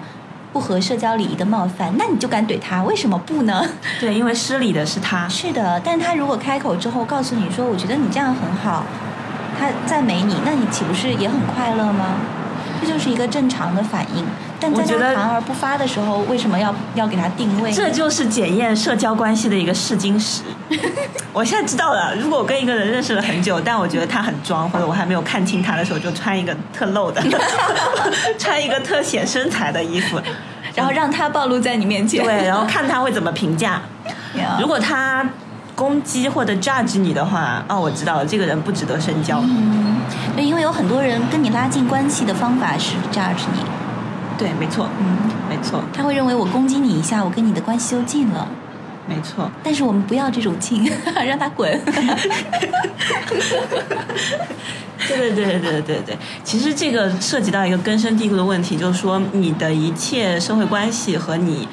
[SPEAKER 3] 不合社交礼仪的冒犯，那你就敢怼他，为什么不呢？
[SPEAKER 1] 对，因为失礼的是他，
[SPEAKER 3] 是的，但他如果开口之后告诉你说：“我觉得你这样很好”，他赞美你，那你岂不是也很快乐吗？这就是一个正常的反应。但在
[SPEAKER 1] 我觉
[SPEAKER 3] 他
[SPEAKER 1] 得
[SPEAKER 3] 含而不发的时候，为什么要要给他定位呢？
[SPEAKER 1] 这就是检验社交关系的一个试金石。我现在知道了，如果我跟一个人认识了很久，但我觉得他很装，或者我还没有看清他的时候，就穿一个特露的，穿一个特显身材的衣服，
[SPEAKER 3] 然后让他暴露在你面前。啊
[SPEAKER 1] 对，然后看他会怎么评价。
[SPEAKER 3] Yeah
[SPEAKER 1] 如果他攻击或者 judge 你的话，哦，我知道了，这个人不值得深交。
[SPEAKER 3] 嗯，对，因为有很多人跟你拉近关系的方法是 judge 你，
[SPEAKER 1] 对，没错，
[SPEAKER 3] 嗯，
[SPEAKER 1] 没错，
[SPEAKER 3] 他会认为我攻击你一下，我跟你的关系就近了。
[SPEAKER 1] 没错。
[SPEAKER 3] 但是我们不要这种近， 让 他滚。
[SPEAKER 1] 对对对对对对，其实这个涉及到一个根深蒂固的问题，就是说你的一切社会关系和你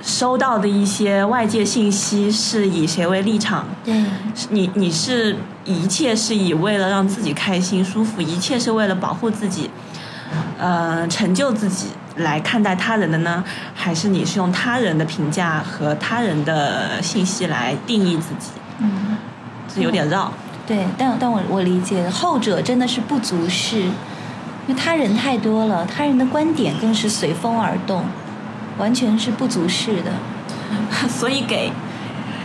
[SPEAKER 1] 收到的一些外界信息是以谁为立场？
[SPEAKER 3] 对，
[SPEAKER 1] 是你你是一切是以为了让自己开心舒服，一切是为了保护自己，呃，成就自己来看待他人的呢？还是你是用他人的评价和他人的信息来定义自己？
[SPEAKER 3] 嗯。
[SPEAKER 1] 这有点绕。
[SPEAKER 3] 对，但但我我理解后者真的是不足视，因为他人太多了，他人的观点更是随风而动，完全是不足视的。
[SPEAKER 1] 所以给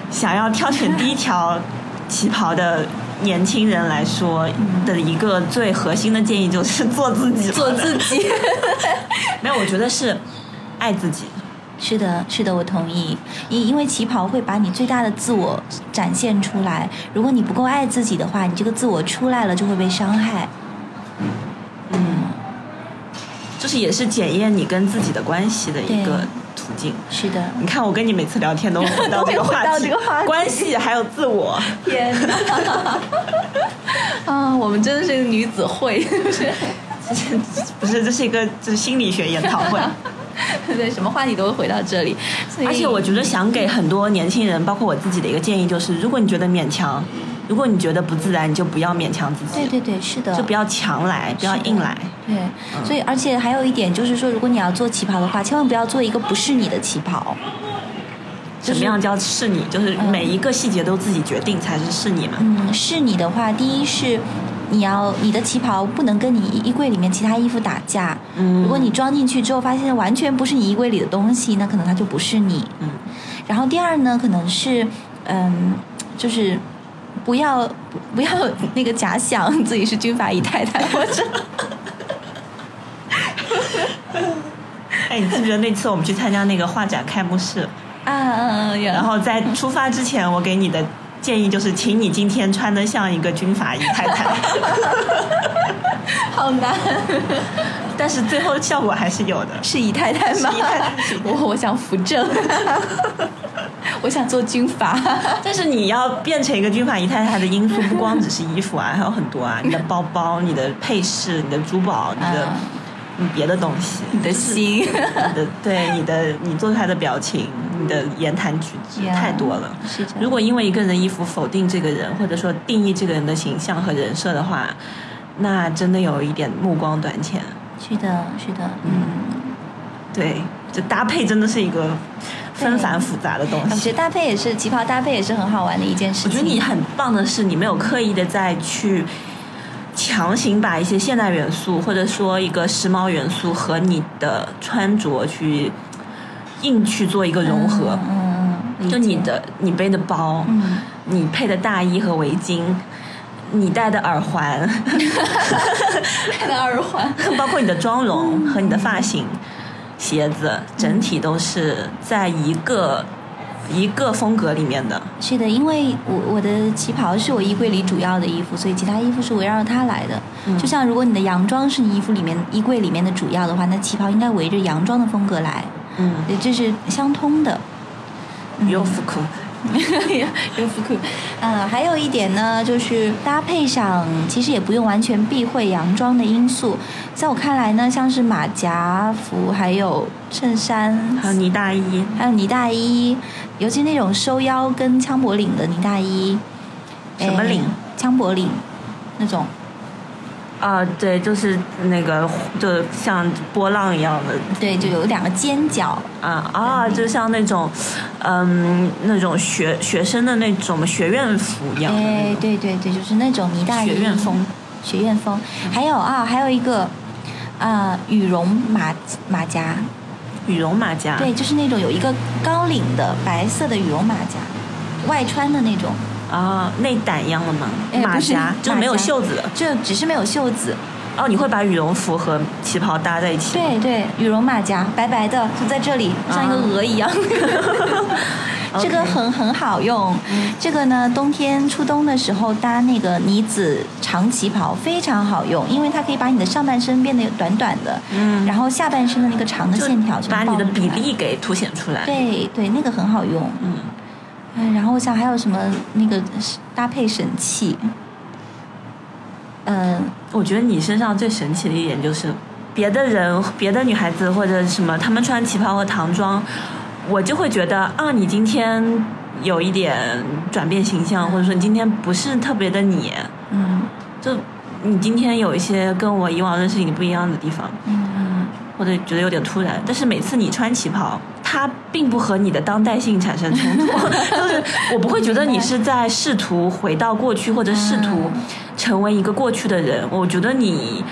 [SPEAKER 1] 想要挑选第一条旗袍的年轻人来说的一个最核心的建议就是做自己，
[SPEAKER 3] 做自。己，
[SPEAKER 1] 没有，我觉得是爱自己。
[SPEAKER 3] 是的，是的，我同意。因因为旗袍会把你最大的自我展现出来，如果你不够爱自己的话，你这个自我出来了就会被伤害。
[SPEAKER 1] 嗯，就是也是检验你跟自己的关系的一个
[SPEAKER 3] 对
[SPEAKER 1] 途径。
[SPEAKER 3] 是的，
[SPEAKER 1] 你看，我跟你每次聊天都回到这个
[SPEAKER 3] 都回
[SPEAKER 1] 话
[SPEAKER 3] 到
[SPEAKER 1] 题，
[SPEAKER 3] 这个话题
[SPEAKER 1] 关系还有自我。
[SPEAKER 3] 天哪！啊，我们真的是个女子会，
[SPEAKER 1] 这是不是，这是一个这是心理学研讨 会。
[SPEAKER 3] 对，什么话题都会回到这里。所以
[SPEAKER 1] 而且我觉得想给很多年轻人，包括我自己的一个建议就是，如果你觉得勉强，如果你觉得不自然，你就不要勉强自己，
[SPEAKER 3] 对对对，是的，
[SPEAKER 1] 就不要强来，不要硬来。嗯
[SPEAKER 3] 对，所以而且还有一点就是说，如果你要做旗袍的话，千万不要做一个不是你的旗袍。
[SPEAKER 1] 怎么样叫是你？就是
[SPEAKER 3] 嗯
[SPEAKER 1] 每一个细节都自己决定才是是你嘛。
[SPEAKER 3] 嗯，是你的话，第一是你要你的旗袍不能跟你衣柜里面其他衣服打架。
[SPEAKER 1] 嗯
[SPEAKER 3] 如果你装进去之后发现完全不是你衣柜里的东西，那可能它就不是你。
[SPEAKER 1] 嗯
[SPEAKER 3] 然后第二呢，可能是嗯，就是不要不要那个假想自己是军阀姨太太 或者。
[SPEAKER 1] 哎，你记不记得那次我们去参加那个画展开幕式，
[SPEAKER 3] 啊嗯嗯，然
[SPEAKER 1] 然
[SPEAKER 3] 后
[SPEAKER 1] 后在出发之前，我给你的建议就是，请你今天穿的像一个军阀姨太太，
[SPEAKER 3] 好难，
[SPEAKER 1] 但是最后效果还是有的。
[SPEAKER 3] 是姨太太吗？
[SPEAKER 1] 是姨太太是姨太太
[SPEAKER 3] 我我想扶正， 我想做军阀。
[SPEAKER 1] 但是你要变成一个军阀姨太太的因素，不光只是衣服啊，还有很多啊，你的包包、你的配饰、你的珠宝、你的、
[SPEAKER 3] 啊
[SPEAKER 1] 嗯别的东西，
[SPEAKER 3] 你的心
[SPEAKER 1] 你的对你的你做出来的表情、你的言谈举止
[SPEAKER 3] Yeah，
[SPEAKER 1] 太多了。
[SPEAKER 3] 是这样
[SPEAKER 1] 如果因为一个人的衣服否定这个人，或者说定义这个人的形象和人设的话，那真的有一点目光短浅。
[SPEAKER 3] 是的，是的，嗯，
[SPEAKER 1] 对，这搭配真的是一个纷繁复杂的东
[SPEAKER 3] 我
[SPEAKER 1] 西
[SPEAKER 3] 觉。得搭配也是旗袍搭配也是很好玩的一件事
[SPEAKER 1] 我
[SPEAKER 3] 情。
[SPEAKER 1] 觉得你很棒的是，你没有刻意的再去强行把一些现代元素，或者说一个时髦元素和你的穿着去硬去做一个融合。
[SPEAKER 3] 嗯嗯嗯，理
[SPEAKER 1] 就
[SPEAKER 3] 解
[SPEAKER 1] 你的你背的包，
[SPEAKER 3] 嗯
[SPEAKER 1] 你配的大衣和围巾，你戴的耳环，
[SPEAKER 3] 戴的耳环，
[SPEAKER 1] 包括你的妆容和你的发型、鞋子，整体都是在一个一个风格里面的。
[SPEAKER 3] 是的，因为我我的旗袍是我衣柜里主要的衣服，所以其他衣服是围绕着它来的。
[SPEAKER 1] 嗯
[SPEAKER 3] 就像如果你的洋装是你衣服里面衣柜里面的主要的话，那旗袍应该围着洋装的风格来，
[SPEAKER 1] 嗯，
[SPEAKER 3] 对，这是相通的。
[SPEAKER 1] 优服裤，
[SPEAKER 3] 优服裤，啊，还有一点呢，就是搭配上其实也不用完全避讳洋装的因素。在我看来呢，像是马甲服，还有衬衫，
[SPEAKER 1] 还有呢大衣，
[SPEAKER 3] 还有呢大衣，尤其那种收腰跟枪脖领的呢大衣，
[SPEAKER 1] 什么
[SPEAKER 3] 哎
[SPEAKER 1] 领？
[SPEAKER 3] 枪脖领那种。
[SPEAKER 1] 啊，对，就是那个，就像波浪一样的
[SPEAKER 3] 对，就有两个尖角，
[SPEAKER 1] 啊啊，就像那种，嗯，那种学学生的那种学院服一样的那
[SPEAKER 3] 哎，
[SPEAKER 1] 种
[SPEAKER 3] 对对对，就是那种呢大衣，
[SPEAKER 1] 学院风，嗯
[SPEAKER 3] 学院风。还有啊，还有一个，啊、羽绒马马甲，
[SPEAKER 1] 羽绒马甲，
[SPEAKER 3] 对，就是那种有一个高领的白色的羽绒马甲，外穿的那种，
[SPEAKER 1] 啊，内胆一样的吗？
[SPEAKER 3] 哎
[SPEAKER 1] 马
[SPEAKER 3] 不是
[SPEAKER 1] 甲就是没有
[SPEAKER 3] 马甲
[SPEAKER 1] 袖子的。
[SPEAKER 3] 就只是没有袖子。
[SPEAKER 1] 哦，你会把羽绒服和旗袍搭在一起？
[SPEAKER 3] 对对，羽绒马甲，白白的，就在这里，像一个
[SPEAKER 1] 啊
[SPEAKER 3] 鹅一样。 这个
[SPEAKER 1] OK
[SPEAKER 3] 很很好用，这个呢，冬天初冬的时候搭那个呢子长旗袍非常好用，因为它可以把你的上半身变得短短的，
[SPEAKER 1] 嗯
[SPEAKER 3] 然后下半身的那个长的
[SPEAKER 1] 就
[SPEAKER 3] 线条就
[SPEAKER 1] 把你
[SPEAKER 3] 暴
[SPEAKER 1] 的
[SPEAKER 3] 露出
[SPEAKER 1] 比
[SPEAKER 3] 来。
[SPEAKER 1] 例给凸显出来。，
[SPEAKER 3] 对对，那个很好用。
[SPEAKER 1] 嗯，
[SPEAKER 3] 嗯，然后我想还有什么那个搭配神器？嗯，
[SPEAKER 1] 我觉得你身上最神奇的一点就是，别的人、别的女孩子或者什么，她们穿旗袍和唐装，我就会觉得啊，你今天有一点转变形象，或者说你今天不是特别的你，
[SPEAKER 3] 嗯
[SPEAKER 1] 就你今天有一些跟我以往认识你不一样的地方。
[SPEAKER 3] 嗯，
[SPEAKER 1] 或者觉得有点突然，但是每次你穿旗袍，它并不和你的当代性产生冲突，就是我不会觉得你是在试图回到过去，或者试图成为一个过去的人。我觉得你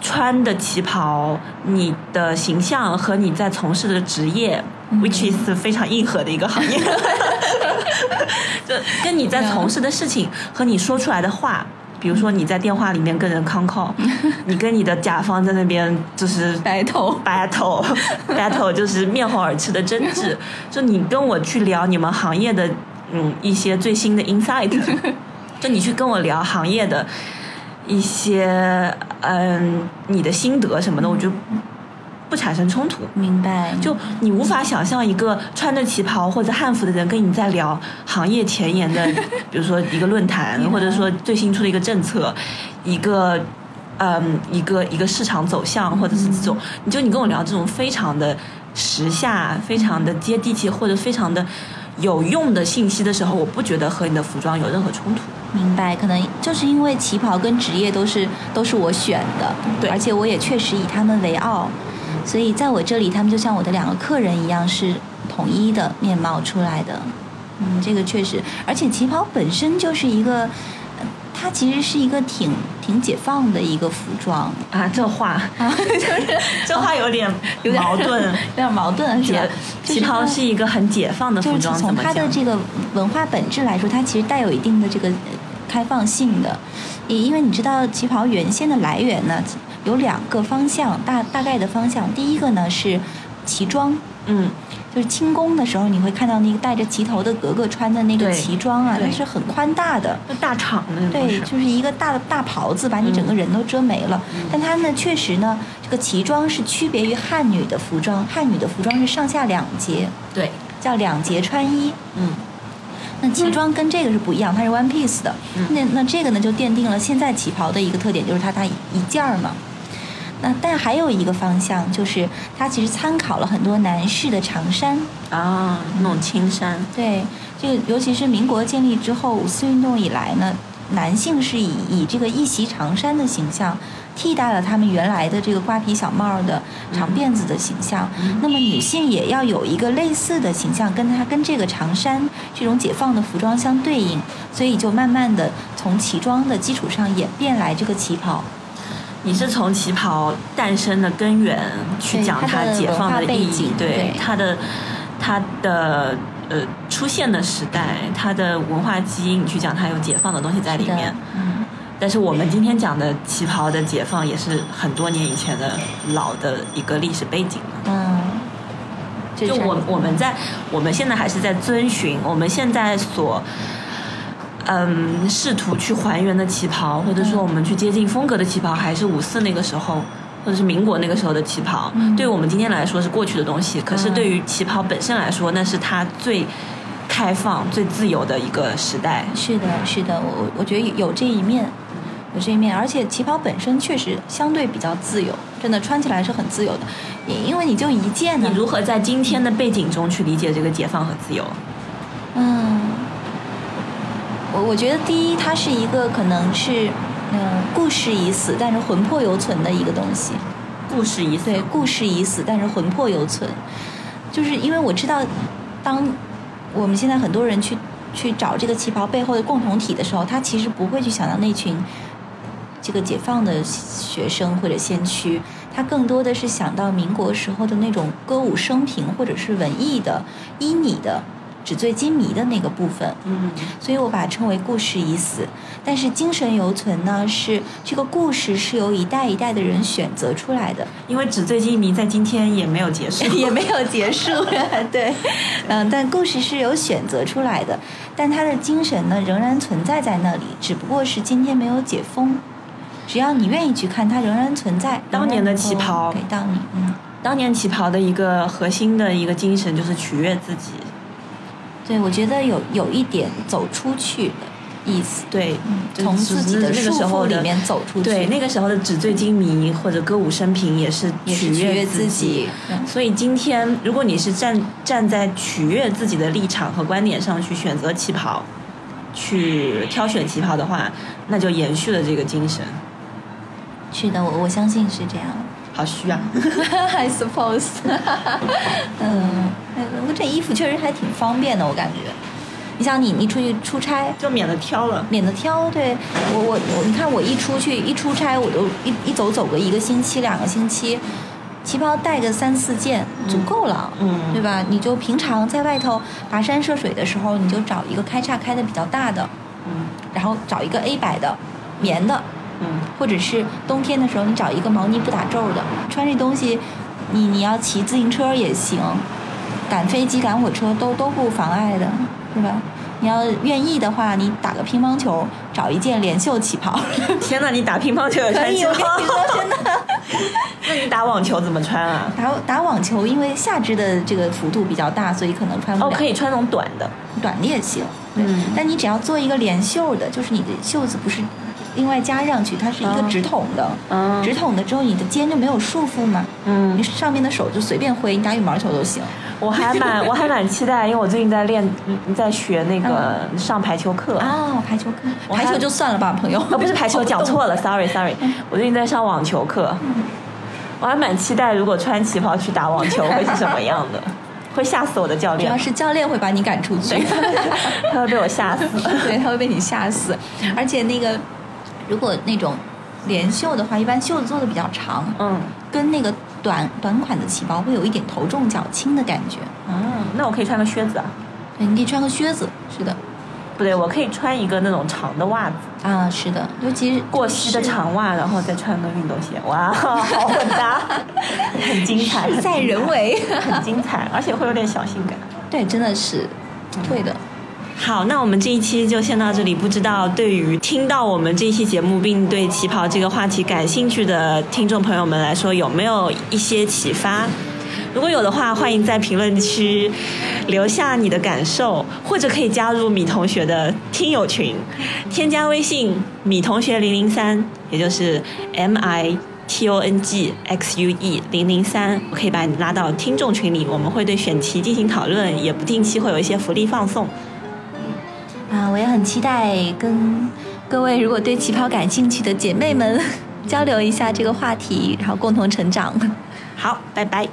[SPEAKER 1] 穿的旗袍，你的形象和你在从事的职业、w h i c h is 非常硬核的一个行业，就跟你在从事的事情和你说出来的话。比如说你在电话里面跟人 con call，你跟你的甲方在那边就是
[SPEAKER 3] 白头
[SPEAKER 1] battle battle 就是面红耳赤的争执，就你跟我去聊你们行业的嗯一些最新的 insight，就你去跟我聊行业的一些嗯你的心得什么的，我就不产生冲突。
[SPEAKER 3] 明白。
[SPEAKER 1] 就你无法想象一个穿着旗袍或者汉服的人跟你在聊行业前沿 的，比如说一个论坛，或者说最新出的一个政策，一个嗯一个一个市场走向，或者是这种，
[SPEAKER 3] 嗯
[SPEAKER 1] 你就你跟我聊这种非常的时下、非常的接地气或者非常的有用的信息的时候，我不觉得和你的服装有任何冲突。
[SPEAKER 3] 明白，可能就是因为旗袍跟职业都是都是我选的，
[SPEAKER 1] 对
[SPEAKER 3] 而且我也确实以他们为傲，所以在我这里，他们就像我的两个客人一样，是统一的面貌出来的。嗯，这个确实，而且旗袍本身就是一个，呃它其实是一个挺挺解放的一个服装，
[SPEAKER 1] 啊，这话，
[SPEAKER 3] 啊，就是
[SPEAKER 1] 这话有点
[SPEAKER 3] 有点
[SPEAKER 1] 矛 盾。
[SPEAKER 3] 有点矛盾，是吧
[SPEAKER 1] 解？
[SPEAKER 3] 就
[SPEAKER 1] 旗袍
[SPEAKER 3] 它
[SPEAKER 1] 是一个很解放的
[SPEAKER 3] 就
[SPEAKER 1] 服
[SPEAKER 3] 是
[SPEAKER 1] 装，
[SPEAKER 3] 从
[SPEAKER 1] 怎么
[SPEAKER 3] 它的
[SPEAKER 1] 讲
[SPEAKER 3] 这个文化本质来说，它其实带有一定的这个呃开放性的，也因为你知道旗袍原先的来源呢，有两个方向，大大概的方向。第一个呢是旗装，
[SPEAKER 1] 嗯。
[SPEAKER 3] 就是清宫的时候你会看到那个带着旗头的格格穿的那个
[SPEAKER 1] 对
[SPEAKER 3] 旗装啊，
[SPEAKER 1] 对
[SPEAKER 3] 它是很宽大的。
[SPEAKER 1] 就大厂的那种
[SPEAKER 3] 对，
[SPEAKER 1] 是嗯
[SPEAKER 3] 就是一个大的大袍子把你整个人都遮没了。但它呢，确实呢，这个旗装是区别于汉女的服装，汉女的服装是上下两截，
[SPEAKER 1] 对，
[SPEAKER 3] 叫两截穿衣。
[SPEAKER 1] 嗯
[SPEAKER 3] 那旗装跟这个是不一样，它是 one piece 的。
[SPEAKER 1] 嗯
[SPEAKER 3] 那那这个呢，就奠定了现在旗袍的一个特点，就是它它一件儿嘛。那但还有一个方向，就是它其实参考了很多男士的长衫。
[SPEAKER 1] 啊，那种青山，
[SPEAKER 3] 对，这个尤其是民国建立之后，五四运动以来呢，男性是以以这个一袭长衫的形象替代了他们原来的这个瓜皮小帽儿的长辫子的形象。那么女性也要有一个类似的形象，跟她跟这个长衫这种解放的服装相对应，所以就慢慢的从旗装的基础上演变来这个旗袍。
[SPEAKER 1] 你是从旗袍诞生的根源去
[SPEAKER 3] 对
[SPEAKER 1] 讲
[SPEAKER 3] 它的
[SPEAKER 1] 解
[SPEAKER 3] 文
[SPEAKER 1] 放
[SPEAKER 3] 化
[SPEAKER 1] 的
[SPEAKER 3] 背
[SPEAKER 1] 意义
[SPEAKER 3] 景，对
[SPEAKER 1] 它的它的呃出现的时代，它的文化基因，你去讲它有解放的东西在里
[SPEAKER 3] 是的
[SPEAKER 1] 面。，
[SPEAKER 3] 嗯，
[SPEAKER 1] 但是我们今天讲的旗袍的解放，也是很多年以前的老的一个历史背景了。
[SPEAKER 5] 嗯，这
[SPEAKER 1] 就是我我们在我们现在还是在遵循我们现在所。嗯，试图去还原的旗袍，或者
[SPEAKER 3] 嗯
[SPEAKER 1] 说我们去接近风格的旗袍，还是五四那个时候，或者是民国那个时候的旗袍，
[SPEAKER 3] 嗯
[SPEAKER 1] 对于我们今天来说是过去的东西，可是
[SPEAKER 3] 嗯
[SPEAKER 1] 对于旗袍本身来说，那是它最开放、最自由的一个时代。
[SPEAKER 3] 是的，是的，我我我觉得有这一面，有这一面，而且旗袍本身确实相对比较自由，真的穿起来是很自由的，也因为你就一件呢
[SPEAKER 1] 你，如何在今天的背景中去理解这个解放和自由？
[SPEAKER 3] 嗯，我我觉得第一，它是一个可能是嗯、故事已死，但是魂魄犹存的一个东西，
[SPEAKER 1] 故事已死
[SPEAKER 3] 对，，故事已死，但是魂魄犹存，就是因为我知道，当我们现在很多人去去找这个旗袍背后的共同体的时候，他其实不会去想到那群这个解放的学生或者先驱，他更多的是想到民国时候的那种歌舞升平或者是文艺的、依你的、纸醉金迷的那个部分。
[SPEAKER 1] 嗯，
[SPEAKER 3] 所以我把它称为故事已死。但是精神犹存呢，是这个故事是由一代一代的人选择出来的，，
[SPEAKER 1] 因为纸醉金迷在今天也没有结束
[SPEAKER 3] 也没有结束， 对，嗯，但故事是有选择出来的，但它的精神呢仍然存在在那里，只不过是今天没有解封。只要你愿意去看，它仍然存在。
[SPEAKER 1] 当年的旗袍
[SPEAKER 3] 仍然能够给到你，嗯，
[SPEAKER 1] 当年旗袍的一个核心的一个精神就是取悦自己，
[SPEAKER 3] 对我觉得有有一点走出去的意思，
[SPEAKER 1] 对，
[SPEAKER 3] 嗯，
[SPEAKER 1] 就是
[SPEAKER 3] 从自己的
[SPEAKER 1] 那个
[SPEAKER 3] 束
[SPEAKER 1] 时候
[SPEAKER 3] 缚
[SPEAKER 1] 的
[SPEAKER 3] 里面走出去，
[SPEAKER 1] 对，那个时候的纸醉金迷或者歌舞升平也是
[SPEAKER 3] 也是取
[SPEAKER 1] 悦
[SPEAKER 3] 悦自己
[SPEAKER 1] 己。。
[SPEAKER 3] 嗯
[SPEAKER 1] 所以今天，如果你是站站在取悦自己的立场和观点上去选择旗袍，去挑选旗袍的话，那就延续了这个精神。
[SPEAKER 3] 是的，我我相信是这样。
[SPEAKER 1] 好虚啊！
[SPEAKER 3] 嗯 I suppose，嗯，哎我这衣服确实还挺方便的，我感觉。你想你你出去出差，
[SPEAKER 1] 就免得挑了。
[SPEAKER 3] 免得挑。对我我我，你看我一出去一出差，我就一一走走个一个星期两个星期，旗袍带个三四件足够了。
[SPEAKER 1] 嗯
[SPEAKER 3] 对吧？你就平常在外头跋山涉水的时候，你就找一个开叉开的比较大的，
[SPEAKER 1] 嗯
[SPEAKER 3] 然后找一个 A 摆的棉的，
[SPEAKER 1] 嗯，
[SPEAKER 3] 或者是冬天的时候，你找一个毛呢不打皱的，穿这东西，你你要骑自行车也行，赶飞机、赶火车都都不妨碍的，对吧？你要愿意的话，你打个乒乓球，找一件连袖旗袍，
[SPEAKER 1] 天呐，你打乒乓球也
[SPEAKER 3] 可
[SPEAKER 1] 穿
[SPEAKER 3] 以，
[SPEAKER 1] 旗
[SPEAKER 3] 我跟你
[SPEAKER 1] 袍？
[SPEAKER 3] 说真的。
[SPEAKER 1] 那你打网球怎么穿啊？
[SPEAKER 3] 打打网球，因为下肢的这个幅度比较大，所以可能穿不
[SPEAKER 1] 哦，
[SPEAKER 3] 了。
[SPEAKER 1] 可以穿那种短的。
[SPEAKER 3] 短的也行。对
[SPEAKER 1] 嗯
[SPEAKER 3] 但你只要做一个连袖的，就是你的袖子不是另外加上去，它是一个
[SPEAKER 1] 哦
[SPEAKER 3] 直筒的。
[SPEAKER 1] 嗯
[SPEAKER 3] 直筒的之后，你的肩就没有束缚嘛。
[SPEAKER 1] 嗯
[SPEAKER 3] 你，上面的手就随便挥，你打羽毛球都行。
[SPEAKER 1] 我还 蛮我还蛮期待，因为我最近在练，在学那个上排球课
[SPEAKER 3] 啊，排球课，
[SPEAKER 1] 哦我
[SPEAKER 3] 排
[SPEAKER 1] 还
[SPEAKER 3] 球就算了吧，朋友。
[SPEAKER 1] 啊，不是排球，讲 错了，sorry sorry，我最近在上网球课，我还蛮期待如果穿旗袍去打网 球会是什么样的，会吓死我的教
[SPEAKER 3] 主要
[SPEAKER 1] 练，
[SPEAKER 3] 是教练会把你赶出去，
[SPEAKER 1] 他会被我吓死。
[SPEAKER 3] 对，他会被你吓死。而且那个，如果那种连袖的话，一般袖子做的比较长，
[SPEAKER 1] 嗯，
[SPEAKER 3] 跟那个短短款的旗袍会有一点头重脚轻的感觉。
[SPEAKER 1] 啊，那我可以穿个靴子啊？
[SPEAKER 3] 对，哎你可以穿个靴子，是的，
[SPEAKER 1] 不对，我可以穿一个那种长的袜子，
[SPEAKER 3] 啊，是的，尤其是
[SPEAKER 1] 过膝的长袜，然后再穿个运动鞋，哇，好混 搭，很精彩，
[SPEAKER 3] 事 在人 为，
[SPEAKER 1] 很精彩，而且会有点小性感。
[SPEAKER 3] 对，真的是，
[SPEAKER 1] 嗯
[SPEAKER 3] 对的，
[SPEAKER 1] 好，那我们这一期就先到这里。不知道对于听到我们这一期节目并对旗袍这个话题感兴趣的听众朋友们来说，有没有一些启发？如果有的话，欢迎在评论区留下你的感受，或者可以加入米同学的听友群，添加微信米同学零零三，也就是 M I T O N G X U E 零零三，我可以把你拉到听众群里，我们会对选题进行讨论，也不定期会有一些福利放送。
[SPEAKER 3] 啊，我也很期待跟各位如果对旗袍感兴 趣的姐妹们交流一下这个话题，然后共同成长。
[SPEAKER 1] 好，拜拜。